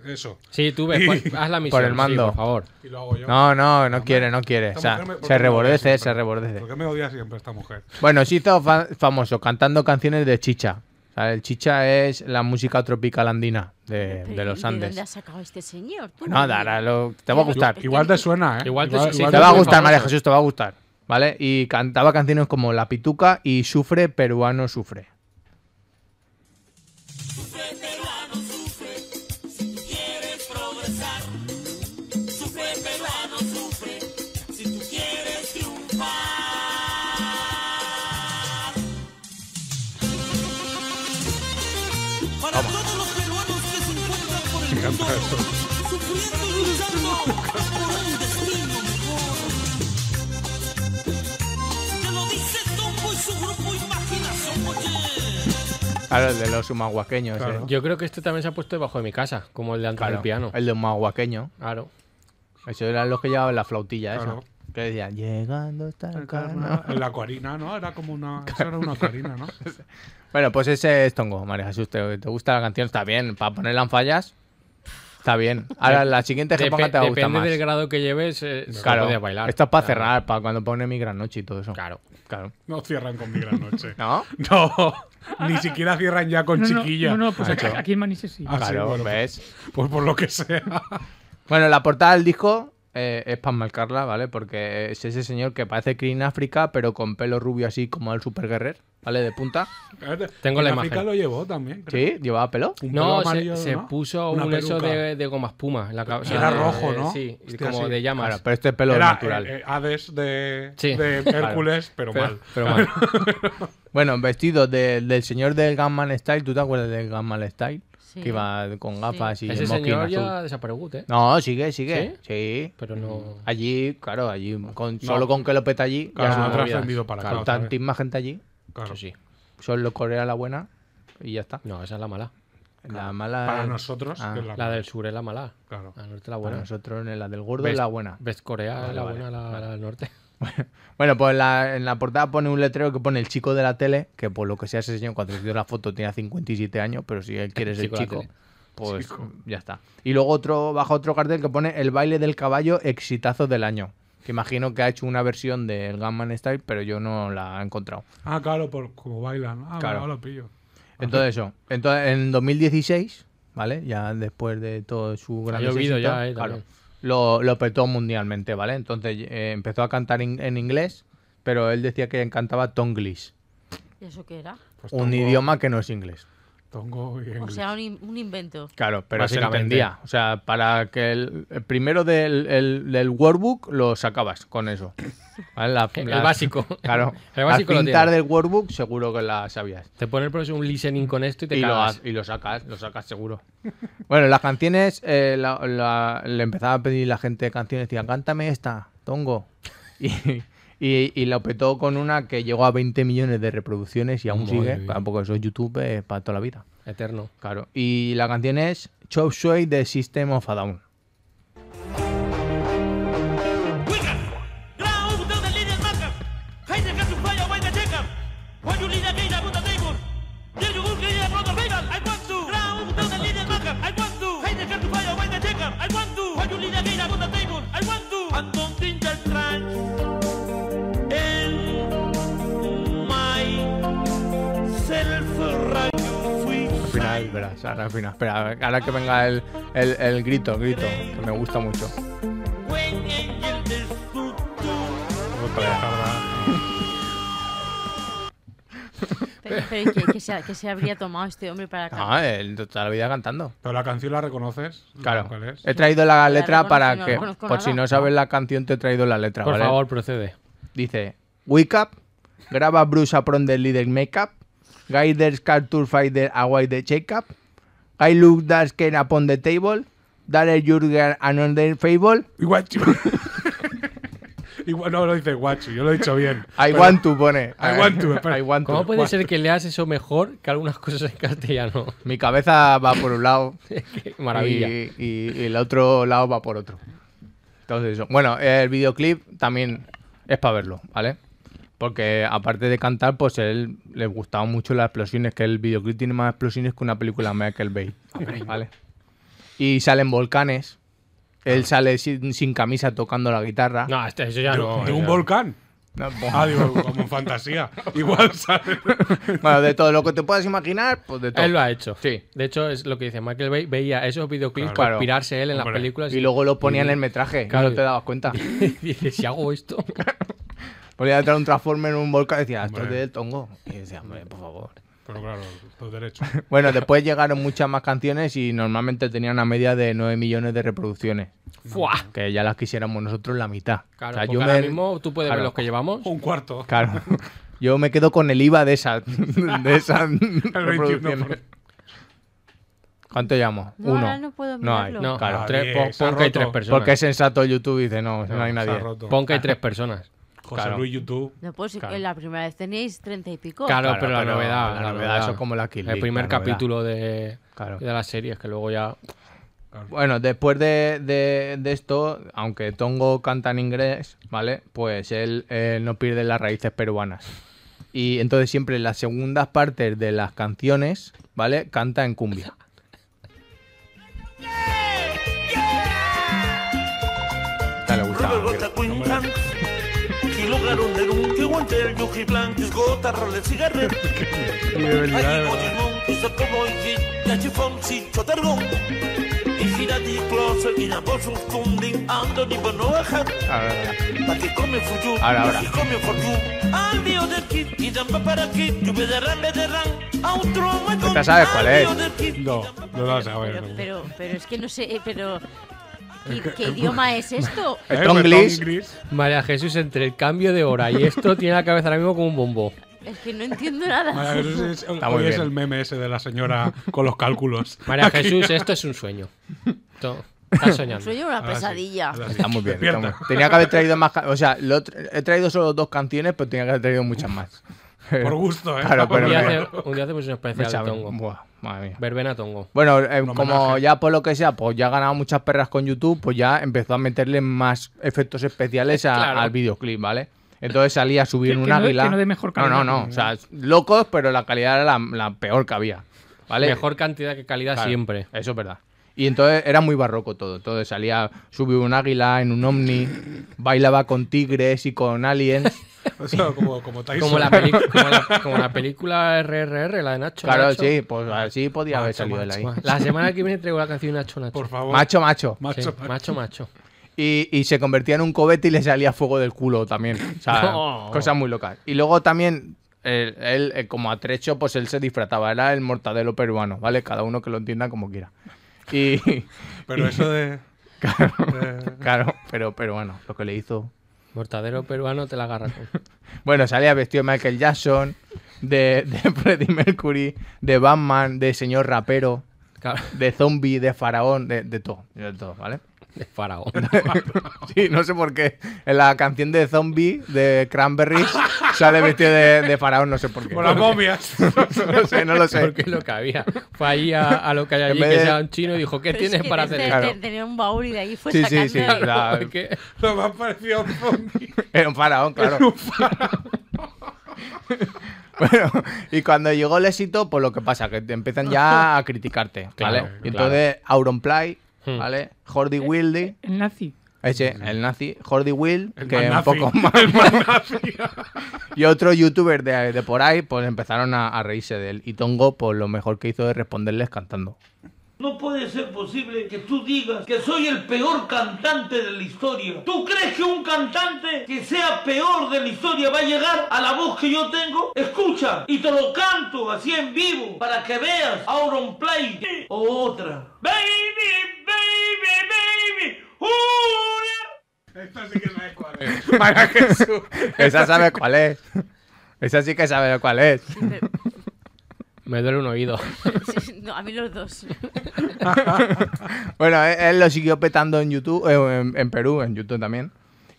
D: el- eso.
E: Sí, tú
C: <laughs>
E: ves, pon- haz la misión.
C: Por el
E: sí,
C: mando.
E: por favor.
D: Y lo hago yo.
C: No, no, no quiere, no quiere. O
D: Esta
C: sea,
D: mujer me- ¿por qué
C: se
D: me odia
C: rebordece,
D: siempre?
C: se rebordece.
D: ¿Por qué me odia siempre esta mujer?
C: Bueno, se hizo fa- famoso cantando canciones de chicha. O sea, el chicha es la música tropical andina de, de
G: Pero, ¿y
C: los
G: ¿De dónde ha
C: Andes.
G: sacado este señor? Tú,
C: No,
G: mira.
C: dará lo- te va a gustar.
D: Igual te suena, ¿eh?
E: Igual te- sí,
C: Te va a
E: muy
C: gustar,
E: famoso.
C: María Jesús, te va a gustar. ¿Vale? Y cantaba canciones como La Pituca y Sufre, Peruano, Sufre.
H: Para todos los peruanos que se encuentran por el mundo, sufriendo y luchando por un destino mejor. Te lo dice Tombo y su grupo Imaginación, oye.
C: Claro, el de los humahuaqueños.
D: Claro.
C: ¿eh?
E: Yo creo que este también se ha puesto debajo de mi casa, como el de antes
C: Claro,
E: del piano.
C: El de humahuaqueño.
E: Claro.
C: Eso eran los que llevaban la flautilla
D: Claro.
C: esa. Que decían, llegando hasta el carnaval.
D: La acuarina, ¿no? Era como
E: <laughs>
D: una. Eso era una acuarina, ¿no?
C: Bueno, pues ese es Tongo, María Jesús. ¿Te, te gusta la canción? Está bien. Para ponerla en fallas, está bien. Ahora, la siguiente que
E: Depe-
C: ponga te va a gustar
E: depende
C: más.
E: del grado que lleves, eh, se puede bailar.
C: Esto es para
E: Claro.
C: cerrar, para cuando pone mi gran noche y todo eso. Claro. Claro.
D: No cierran con mi gran noche.
C: ¿No?
D: No, ni siquiera cierran ya con
F: No, no,
D: chiquilla.
F: no, no, pues aquí, aquí en Manises sí.
D: Ah, sí,
C: claro,
D: bueno,
C: ¿ves?
D: Pues por lo que sea.
C: Bueno, la portada del disco eh, es para marcarla, ¿vale? Porque es ese señor que parece Green África, pero con pelo rubio así como el Super Guerrer, ¿vale? De
D: <laughs>
C: punta.
E: Tengo la
D: En África
E: imagen.
D: lo llevó también. creo.
C: ¿Sí? ¿Llevaba pelo?
D: Un pelo
E: No,
D: amarillo,
E: se, se
D: ¿no?
E: puso
D: Una
E: un eso
D: peluca.
E: de, de goma espuma en la cabeza.
D: Era
E: de-
D: rojo, ¿no?
E: Sí,
D: Hostia,
E: como
D: sí.
E: de llamas.
C: Claro, pero este es pelo
D: Era
C: natural.
D: eh, eh, Hades de,
E: Sí.
C: <laughs>
D: de Hércules, pero,
E: pero,
D: mal.
E: pero mal.
C: Bueno, vestido de- del señor del Gunman Style. ¿Tú te acuerdas del Gunman Style?
G: Sí.
C: Que iba con gafas y
E: Ese
C: mosquín
E: señor
C: azul.
E: ya desapareció, ¿eh?
C: No, sigue, sigue. Sí.
E: Pero no...
C: Allí, claro, allí, con, solo con que lo peta allí,
D: Claro,
C: ya
D: no ha
C: movidas.
D: trascendido para acá.
C: Claro,
D: otra vez.
C: tantísima gente allí.
D: Claro.
E: Eso sí.
C: Solo Corea la buena y ya está.
E: No, esa es la mala.
C: La mala.
D: Para nosotros,
C: Ah,
D: que es la,
E: La del sur es la mala.
D: Claro.
E: La norte es
C: Para
E: la buena.
C: nosotros, en la del gordo
E: Ves-
C: es la buena.
E: Ves Corea es
C: Vale,
E: la
C: vale.
E: buena, la, la del norte.
C: Bueno, pues la- en la portada pone un letrero que pone el chico de la tele, que por lo que sea ese señor, cuando se dio la foto tenía 57 años, pero si él quiere ser
E: Chico de la
C: chico,
E: tele.
C: pues ya está. Y luego otro, bajo otro cartel que pone el baile del caballo exitazo del año. Que imagino que ha hecho una versión del Gunman Style, pero yo no la he encontrado.
D: Ah, claro, por, como bailan. Ah,
C: Claro.
D: claro. lo pillo.
C: Entonces eso, entonces en 2016, ¿vale? Ya después de todo su gran
E: llovido
C: éxito,
E: ya, eh,
C: claro,
E: también.
C: lo, lo petó mundialmente, ¿vale? Entonces eh, empezó a cantar in- en inglés, pero él decía que cantaba tonglish,
G: ¿Y eso qué era?
D: Pues
C: un
D: tongo-
C: idioma que no es inglés.
D: Tongo y
G: O
D: inglés.
G: sea, un, in- un invento.
C: Claro, pero así la
E: Básicamente.
C: vendía. O sea, para que el, el primero del, el- del workbook lo sacabas con <laughs> eso. ¿Vale? La-
E: El
C: la-
E: básico.
C: <laughs> Claro.
E: El
C: Al
E: básico lo
C: pintar
E: tienes.
C: del workbook seguro que la sabías.
E: Te pone el profesor un listening con esto y te
C: Y lo,
E: cagas.
C: ha- y lo sacas, lo sacas seguro. Bueno, las canciones, eh, la- la- le empezaba a pedir la gente canciones, decía, cántame esta, Tongo. <laughs> Y, y- y lo petó con una que llegó a 20 millones de reproducciones y aún
E: Madre
C: sigue.
E: mía.
C: Tampoco eso es YouTube eh, para toda la vida.
E: Eterno.
C: Claro. Y la canción es Chop Suey de System of a Down. Al final, verás, ahora al final. Espera, ahora que venga el, el- el grito, el grito, que me gusta mucho.
D: Otra jarra.
G: Pero, pero ¿y qué, qué se, qué se habría tomado este hombre para cantar?
C: Ah, el, toda la vida cantando.
D: Pero la canción la reconoces.
C: Claro.
D: ¿Cuál es?
C: He traído la letra
G: reconozco,
C: para
G: no
C: que,
G: reconozco
C: por si
G: nada.
C: no sabes la canción, te he traído la letra.
E: Por
C: ¿vale?
E: favor, procede.
C: Dice, Wake Up, graba Bruce Apron del Leader Makeup, Guy there's Cartoon Fighter Away the Shake-Up, I Look That's Ken Upon the Table, Dale Jurgen Another Fable,
D: <laughs> Iguachu. Igual no lo dice guachu, yo lo he dicho
C: <laughs>
D: bien.
C: I
D: Pero-
C: Want To pone.
D: I want to,
C: <laughs>
D: espera.
C: I want to.
E: ¿Cómo puede ser que leas eso mejor que algunas cosas en castellano? <laughs>
C: Mi cabeza va por un lado
E: Qué Maravilla.
C: Y, y- y el otro lado va por otro. Entonces, eso. Bueno, el videoclip también es para verlo, ¿vale? Porque aparte de cantar, pues él le gustaba mucho las explosiones, que el videoclip tiene más explosiones que una película de Michael Bay. ¿Vale? Y salen volcanes. Él sale sin, sin camisa tocando la guitarra.
E: No, este- eso ya
D: De,
E: no.
D: de
E: eso
D: un
E: ya-
D: volcán.
C: No, pues, <laughs>
D: Ah, digo, como en fantasía. Igual sale.
C: bueno, de todo lo que te puedas imaginar, pues de todo.
E: Él lo ha hecho.
C: Sí.
E: De hecho, es lo que dice Michael Bay. Veía esos videoclips
C: Claro.
E: para
C: Claro.
E: inspirarse él en las
D: Hombre.
E: películas.
C: Y luego lo ponían en el metraje, que
E: Claro.
C: no te dabas cuenta.
E: y <laughs> dice, si
C: <laughs>
E: hago esto.
C: Ponía detrás un transformer en un volcán y decía, "Ah, esto es
D: Hombre.
C: del tongo. Y decía, hombre, por favor.
D: Pero claro, todo derecho.
C: Bueno, después llegaron muchas más canciones y normalmente tenían una media de 9 millones de reproducciones.
E: <laughs> ¡Fuah!
C: Que ya las quisiéramos nosotros la mitad.
E: Claro,
C: O sea,
E: porque
C: yo
E: ahora
C: me-
E: mismo tú puedes
C: claro.
E: ver los que llevamos.
D: Un cuarto.
C: Claro. Yo me quedo con el IVA de esas, de
E: <laughs>
C: esas reproducciones.
D: 21%.
C: ¿Cuánto llamo?
G: No,
C: Uno.
G: ahora no puedo
C: hay.
G: mirarlo.
E: No,
C: claro.
D: Ah,
E: tres,
D: bien,
E: pon,
D: se ha
E: pon que hay
D: roto.
E: tres personas.
C: Porque es sensato YouTube y dice, no, no, hay
D: Se ha
C: nadie.
E: <laughs>
D: roto.
E: Pon que hay
C: <laughs>
E: tres personas.
D: José
C: claro.
D: Luis YouTube.
G: No, pues
C: Claro.
G: la primera vez teníis treinta y pico.
E: Claro,
C: Claro,
E: pero la
C: pero
E: novedad.
C: la
E: La
C: novedad,
E: novedad,
C: eso es como la Kill
E: El
C: Bill,
E: primer
C: la novedad.
E: capítulo de,
C: Claro.
E: de las series, que luego ya.
C: Bueno, después de, de- de esto, aunque Tongo canta en inglés, ¿vale? Pues él eh, no pierde las raíces peruanas. Y entonces siempre en las segundas partes de las canciones, ¿vale? Canta en cumbia. Esta le gusta.
H: Rubelgota cuincan. Kilogaron de un que guante el yuji blanco es gota role cigarret. Ay, oye, mon, que se como y que ya se fom si chotargo. Y gira di closer y na vos us kundin ando di banoa hat.
C: Ahora, ahora.
H: Pa que come fuyu,
C: Ahora, ahora.
H: pa que come fuyu. Al bio del kit y damba para kit, yo bedarán, bedarán. A un troma con
C: Esta sabes cuál es.
D: No, no lo vas a ver.
G: Pero, pero, pero es que no sé, eh, pero... ¿Qué, qué idioma es esto?
C: El
D: Eh,
C: Tonglish.
D: Tonglish.
E: María Jesús, entre el cambio de hora y esto, tiene la cabeza ahora mismo como un bombo.
G: Es que no entiendo
D: Vaya,
G: nada.
D: pero eso es-
C: Está muy
D: hoy es
C: bien.
D: el meme ese de la señora con
C: <laughs>
D: los cálculos.
E: María Jesús, esto es un sueño. Esto-
G: <laughs>
E: Estás soñando.
G: Soy una
D: Ahora sí,
G: pesadilla.
D: ahora sí.
C: Está muy bien. está
D: Despierta.
C: muy bien. Tenía que haber traído más. ca- O sea, lo tra- he traído solo dos canciones, pero tenía que haber traído muchas más. <laughs>
D: Por gusto, ¿eh?
C: Claro,
D: Está muy
E: Un
C: pero
E: día,
D: bien.
C: me-
E: hace- un día hacemos un
C: Me
E: especial de
C: sabe-
E: tongo.
C: Buah, madre mía.
E: Verbena tongo.
C: Bueno, eh, como
D: homenaje.
C: ya por lo que sea, pues ya ha ganado muchas perras con YouTube, pues ya empezó a meterle más efectos especiales a-
E: Claro.
C: al videoclip, ¿ale? Entonces salía a subir
F: Eh, Que-
C: un
F: que no-
C: águila.
F: que no de mejor
C: No,
F: calidad.
C: no, no. O sea, locos, pero la calidad era la, la peor que había. ¿Vale?
E: Mejor cantidad que calidad
C: Claro,
E: siempre.
C: Eso es verdad. Y entonces era muy barroco todo. Entonces salía subir un águila en un ovni, bailaba con tigres y
F: <laughs>
C: con aliens.
D: <laughs> Eso, como, como Tyson.
E: Como la, peli- como, la, como la película RRR, la de Nacho.
C: claro,
E: Nacho.
C: sí, pues así podía haber
D: Macho,
C: salido él
D: macho,
C: ahí.
D: macho.
E: La semana que viene traigo la canción de Nacho Nacho.
D: <laughs> Por favor.
C: Macho, macho.
E: Sí,
D: Macho,
E: macho, macho.
C: Y, y se convertía en un cohete y le salía fuego del culo también. O sea,
E: No.
C: cosas muy locas. Y luego también, eh, él, eh, como atrecho, pues él se disfrazaba. Era el mortadelo peruano, ¿vale? Cada uno que lo entienda como quiera. Y, <laughs>
D: Pero
C: y-
D: eso de.
C: <laughs> Claro,
D: de-
C: claro, pero, pero bueno, lo que le hizo.
E: Mortadero peruano te la agarra. con-
C: Bueno, salía vestido de Michael Jackson, de, de <laughs> Freddie Mercury, de Batman, de señor rapero,
E: Claro,
C: de zombie, de faraón, de, de todo, de todo, ¿vale?
E: de faraón.
C: <laughs> Sí, no sé por qué. En la canción de zombie de Cranberries sale vestido de, de faraón, no sé por qué.
D: Con las momias.
C: <laughs>
D: <laughs>
C: No sé, no lo sé.
E: Porque lo que había. Fue allí a, a lo que hay
C: En
E: allí,
C: vez
E: que
C: de-
E: sea un chino, y dijo, ¿qué
G: Pero es
E: tienes
G: que
E: para
G: desde-
E: hacer
G: de-
E: esto?
C: Claro.
G: Tenía un baúl y de ahí fue
C: Sí, sí,
G: sacando.
C: sí,
G: el- <laughs>
C: la-
E: <laughs>
C: Claro.
E: Porque
D: Lo más parecido a un zombie.
C: Era un faraón, claro. <laughs> Bueno, y cuando llegó el éxito, pues lo que pasa, que te empiezan ya a criticarte, ¿vale?
E: Claro,
C: y
E: claro.
C: entonces, Auronplay,
E: Hmm.
C: ¿vale? Jordi Wilde,
F: El nazi.
C: ese, el nazi, Jordi Will,
D: El
C: que un
D: más
C: poco
D: nazi.
C: más.
D: <laughs> El más nazi.
C: Y otro youtuber de, de por ahí, pues empezaron a, a reírse de él. Y Tongo, pues lo mejor que hizo es responderles cantando.
K: No puede ser posible que tú digas que soy el peor cantante de la historia. ¿Tú crees que un cantante que sea peor de la historia va a llegar a la voz que yo tengo? Escucha y te lo canto así en vivo para que veas Auron Play o otra. Baby, baby, baby. una-
D: Esta sí que no es cuál
C: <laughs>
D: es.
C: Esa sabe cuál es. Esa sí que sabe cuál es.
G: Pero-
E: me duele un oído. <laughs>
G: sí, no, a mí los dos.
C: Bueno, él, él lo siguió petando en YouTube, eh, en, en Perú, en YouTube también.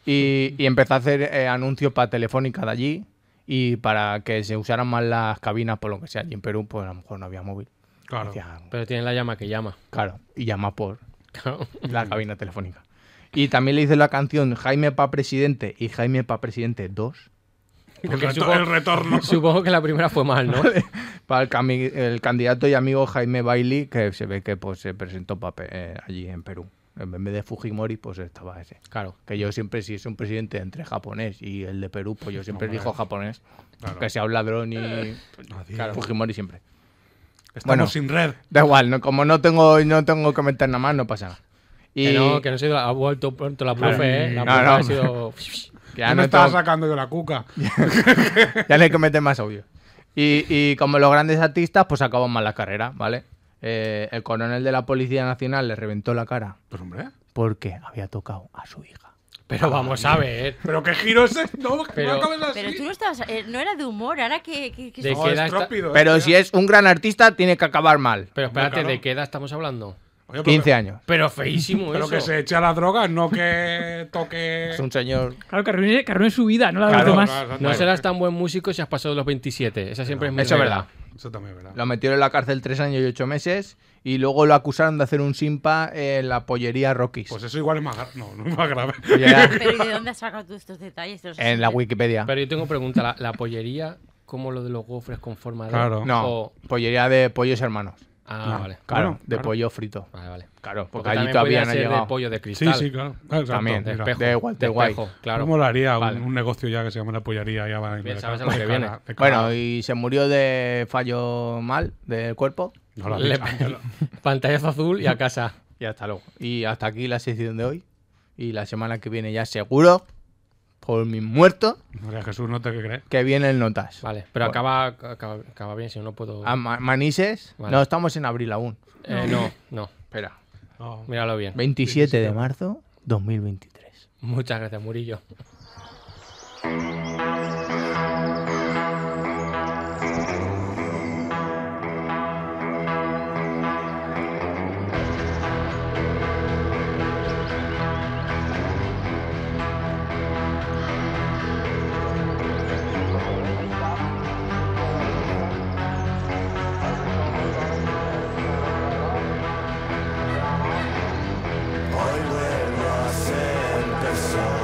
C: Y, y empezó a hacer eh, anuncios para Telefónica de allí y para que se usaran más las cabinas, por lo que sea. Y en Perú, pues a lo mejor no había móvil.
D: Claro.
C: Decía, pues
E: Pero tiene la llama que llama.
C: claro, y llama por
E: Claro.
C: la cabina telefónica. Y también le hizo la canción Jaime pa' presidente y Jaime pa' presidente 2.
D: El,
E: Porque
D: retor-
E: supo-
C: <laughs>
D: el
E: <laughs>
D: retorno.
E: Supongo que la primera fue mal, ¿no?
C: Para el, cami- el candidato y amigo Jaime Bailey, que se ve que pues, se presentó pa' pe- eh, allí en Perú. En vez de Fujimori, pues estaba ese.
E: Claro.
C: Que yo siempre, si es un presidente entre japonés y el de Perú, pues yo siempre
D: Hombre.
C: digo japonés.
D: Claro.
C: Que sea un ladrón y
D: Claro.
C: Fujimori siempre.
D: Estamos
C: Bueno.
D: sin red.
C: Da igual, no, como no tengo, no tengo que meter nada más, no pasa nada. Y
E: Que no, que no sé, ha vuelto pronto la profe, ¿eh?
D: Mm,
E: La
C: No,
E: profe
C: no.
E: ha sido... <laughs>
C: que ya,
D: Tú
C: no
D: me estaba
C: tengo-
D: sacando yo la cuca.
C: ya no hay que meter más audio. Y, y como los grandes artistas, pues acaban mal la carrera, ¿vale? Eh, el coronel de la Policía Nacional le reventó la cara
D: Pues hombre.
C: porque había tocado a su hija.
E: Pero vamos a ver.
D: Pero qué giro es ese. No, que
E: Pero-
D: no acabes así.
G: Pero tú no estabas. eh, no era de humor, ahora que. que- que-
E: De-
D: No,
E: qué
D: es
E: edad está-
D: trópido, eh,
C: Pero
D: tío.
C: si es un gran artista, tiene que acabar mal.
E: Pero espérate,
D: claro.
E: ¿de qué edad estamos hablando?
D: Oye, pero-
C: 15 años.
E: Pero feísimo
D: Pero
E: eso.
D: que se echa las drogas, no que toque.
C: Es un señor
F: Claro, que arruine, que arruine su vida, no la
D: Claro,
F: de los demás.
D: claro,
E: No
D: bueno,
E: serás tan buen músico si has pasado los 27. Esa siempre es mi
C: Eso es
E: regla.
C: verdad.
D: Eso también es verdad.
C: Lo metieron en la cárcel tres años y ocho meses y luego lo acusaron de hacer un simpa en la pollería Rockies.
D: Pues eso igual es más grave. No, no es más grave.
C: <laughs> Pollería-
G: Pero ¿y de dónde has sacado tú estos detalles? Te los has
C: en la
G: inventado.
C: Wikipedia.
E: Pero yo tengo pregunta, ¿la, la pollería como lo de los gofres con forma de...?
D: Claro.
C: No,
E: o-
C: pollería de pollos hermanos.
E: Ah, vale.
C: Claro,
D: Bueno,
C: de
D: claro.
C: pollo frito.
E: Vale, vale.
C: Claro, porque,
E: Porque
C: allí
E: también
C: todavía no
E: podía
C: ha
E: ser
C: llegado.
E: de pollo de
D: Sí,
E: cristal.
D: sí, claro. Ah, exacto,
C: También,
E: De
D: mira.
E: espejo.
C: de Walter
E: de espejo,
C: White.
E: claro.
D: ¿Cómo lo haría un-
C: Vale.
D: un, negocio ya que se llama la pollería? Ya va
E: Bien,
D: de
E: sabes a
D: cara-
E: lo que
D: de cara-
E: viene.
D: de cara-
C: Bueno, y se murió de fallo mal del cuerpo.
D: No lo has
E: Le-
D: dicho, Ángelo.
E: Pantallazo azul y a casa.
C: Y hasta luego. Y hasta aquí la sesión de hoy. Y la semana que viene ya seguro, por mis muertos,
D: María Jesús, no te crees.
C: que vienen notas.
E: Vale, pero
C: Bueno.
E: acaba, acaba, acaba bien, si no, no puedo...
C: Ah, ma- manises.
E: Vale.
C: No, estamos en abril aún.
E: Eh, no, no,
C: Espera.
D: No.
E: míralo bien.
C: 27 de marzo 2023.
E: Muchas gracias, Murillo.
J: Hoy vuelvo a ser persona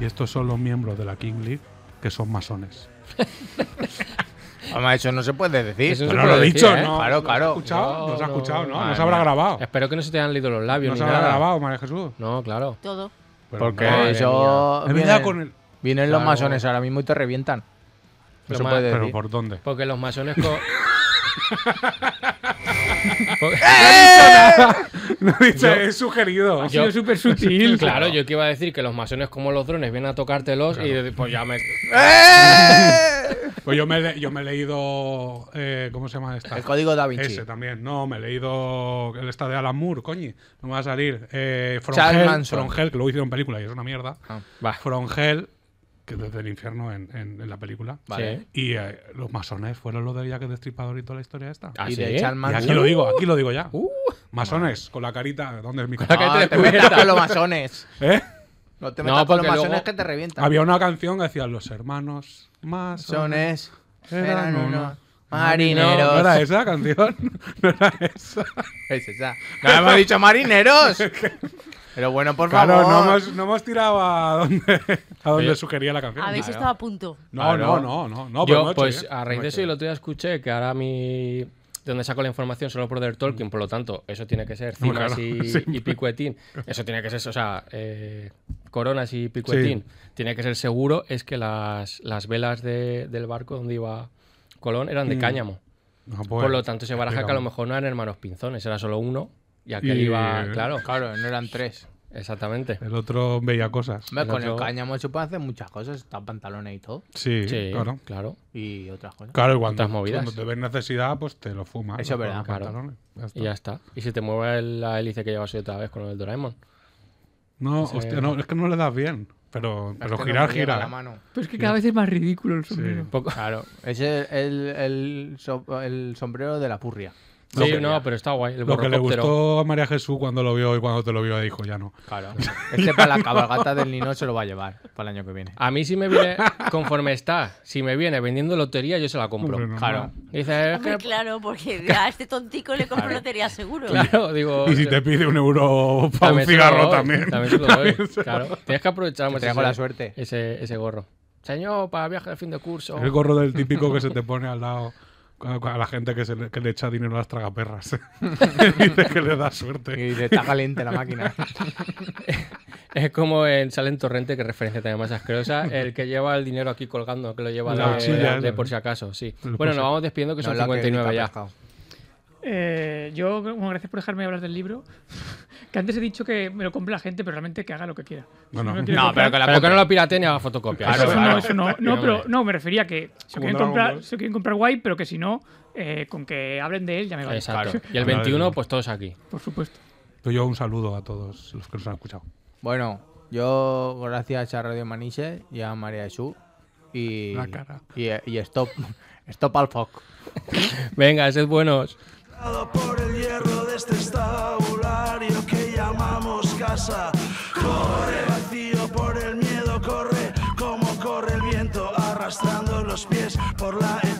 D: Y estos son los miembros de la King League que son masones.
C: Además, eso no se puede decir.
D: Pero no lo he dicho, ¿no?
C: Claro,
D: ¿Lo has
C: claro.
D: escuchado? ¿Lo has escuchado? No,
C: Madre
D: no se habrá
C: mía.
D: grabado.
E: Espero que no se te hayan leído los labios.
D: No
E: ni
D: se habrá
E: nada.
D: grabado, María Jesús.
E: No, claro.
G: Todo.
D: Pero
C: Porque
D: madre
C: eso.
D: mía. Es verdad,
C: Vienen,
D: con el-
C: vienen
E: Claro.
C: los masones ahora mismo y te revientan. No
E: Lo
C: se
E: ma-
C: puede
D: ¿Pero
C: decir. <laughs>
D: por dónde?
E: Porque los masones. co- Porque-
C: Eh,
E: <laughs>
D: No he dicho,
E: Yo-
D: he sugerido.
E: Yo-
F: sido súper sutil.
E: Claro, yo que iba a decir que los masones como los drones vienen a tocártelos y de- pues ya me...
D: Pues yo me, le- yo me he leído. eh, ¿Cómo se llama esta?
C: El código da Vinci.
D: Ese también. No, me he leído. El está de Alan Moore, coño. No me va a salir. Eh, From,
C: Charles
D: Hell,
C: Manson.
D: From Hell, que luego hicieron película y es una mierda.
C: Ah,
E: va.
D: From Hell, que es desde el infierno en, en- en la película.
C: Vale.
D: Y eh, los masones fueron los de Jack el Destripador y toda la historia esta.
E: ¿Ah,
C: y
E: sí?
C: de echar
D: Y
C: manos.
D: aquí lo digo, aquí lo digo ya.
C: Uh.
D: masones, con la carita. ¿Dónde es mi <laughs> cara?
C: No, te metas con los masones.
D: ¿Eh?
C: No te
E: No,
C: metas con los
E: porque
C: masones
E: luego-
C: que te revientan.
D: Había una canción que decía Los hermanos masones.
C: Masones eran
D: unos
C: unos
D: ¿No
C: marineros.
D: era esa canción? <laughs> ¿No era esa?
C: <laughs> Es esa. No hemos dicho marineros. Pero bueno, por
D: Claro,
C: favor.
D: no hemos, no hemos tirado a donde, a donde
E: Oye.
D: sugería la canción.
G: Habéis estado a punto.
D: No,
C: Claro.
D: no, no, no, no. pero
E: Yo,
D: no he hecho
E: pues
D: bien.
E: a raíz de eso, y el otro día escuché que ahora mi... De donde saco la información solo por Der Tolkien, por lo tanto, eso tiene que ser
D: Hombre,
E: cimas
D: claro, <laughs>
E: y,
D: siempre.
E: y picuetín. Eso tiene que ser, o sea, eh, coronas y picuetín. Tiene que ser seguro, es que las, las velas de- del barco donde iba Colón eran de
D: Mm,
E: cáñamo.
D: No,
E: por
D: pues,
E: lo tanto, se baraja que a lo
D: explícame.
E: mejor no eran hermanos pinzones, era solo uno. Y aquel
D: Y-
E: iba, claro,
C: Claro, no eran tres.
E: exactamente.
D: El otro veía cosas.
C: Hombre,
E: El
C: con el
E: otro-
C: cáñamo se pueden hacer muchas cosas. Están pantalones y todo.
D: Sí,
E: Sí,
D: claro.
E: claro.
C: Y otras cosas.
D: Claro, y cuando,
E: Otras movidas.
D: cuando te ves necesidad, pues te lo fumas.
C: Eso es
D: ¿no?
C: verdad,
D: Con los
E: claro.
D: pantalones. Ya está.
E: Y ya está. Y si te mueve la hélice que llevas hoy otra vez con el Doraemon.
D: No,
E: Ese-
D: hostia, no, es que no le das bien. Pero, pero
C: Es que no
D: girar,
C: me llega
D: gira.
C: La
D: ¿eh?
C: mano.
F: Pero es que cada vez es más ridículo el sombrero.
E: Un poco-
C: Claro. Ese es el, el so- el sombrero de la purria.
D: Lo
E: Sí,
D: que-
E: no, pero está guay. El
D: Lo que le
E: borrocóptero.
D: gustó a María Jesús cuando lo vio y cuando te lo vio dijo, ya no.
C: <laughs> Claro. Este para la cabalgata del Nino se lo va a llevar para el año que viene.
E: A mí si me
D: <laughs>
E: viene, conforme está, si me viene vendiendo lotería, yo se la compro.
D: Hombre, no.
C: Claro.
E: Dice, es
G: Hombre,
E: que...
G: claro, porque a este tontico le compro lotería seguro.
E: Claro, digo...
D: Y si te pide un euro para un
E: también se lo
D: cigarro
E: doy,
D: también.
E: También se lo
D: <laughs>
E: doy, claro. Tienes que aprovechar
C: Te
E: más
C: traigo
E: ese-
C: la
E: <laughs>
C: suerte.
E: Ese, ese gorro. Señor, para viaje de fin de curso.
D: El gorro del típico que se te pone al lado a a la gente que, se le, que le echa dinero a las tragaperras. <laughs> Dice que le da
C: Y
D: suerte.
C: dice, está caliente la máquina.
E: Es como en Salen Torrente, que referencia también más
D: <laughs>
E: asquerosa, el que lleva el dinero aquí colgando, que lo lleva
D: La
E: de,
D: mochila,
E: de
D: ¿no?
E: por si acaso, sí.
D: por
E: Bueno,
D: si-
E: nos vamos despidiendo que
C: No,
E: son
C: la que
E: 59
C: grita
E: ya.
C: pescado.
F: Eh, yo, bueno, gracias por dejarme hablar del libro. <laughs> Que antes he dicho que me lo compre la gente, pero realmente que haga lo que quiera. Si
D: Bueno.
F: me lo quiere
C: No,
F: comprar-
C: pero que la
E: Pero que
C: compre.
E: no lo pirateen y haga fotocopias.
C: Claro,
F: eso
C: claro.
F: no, eso no. No, pero no, me refería que si lo
D: Como
F: quieren
D: Dragon
F: comprar,
D: Ball.
F: si lo quieren comprar guay, pero que si no, eh, con que hablen de él ya me vale.
E: Exacto.
F: Claro.
E: Y el
D: Claro,
E: 21,
D: claro.
E: pues todos aquí.
F: Por supuesto.
D: Pero yo un saludo a todos los que nos han escuchado.
C: Bueno, yo gracias a Radio Maniche y a María Jesús y,
D: La cara.
C: y, y Stop, <laughs> stop al Foc.
E: Venga, sed buenos.
J: Atado por el hierro de este estabulario que llamamos casa. Corre vacío por el miedo, corre como corre el viento, arrastrando los pies por la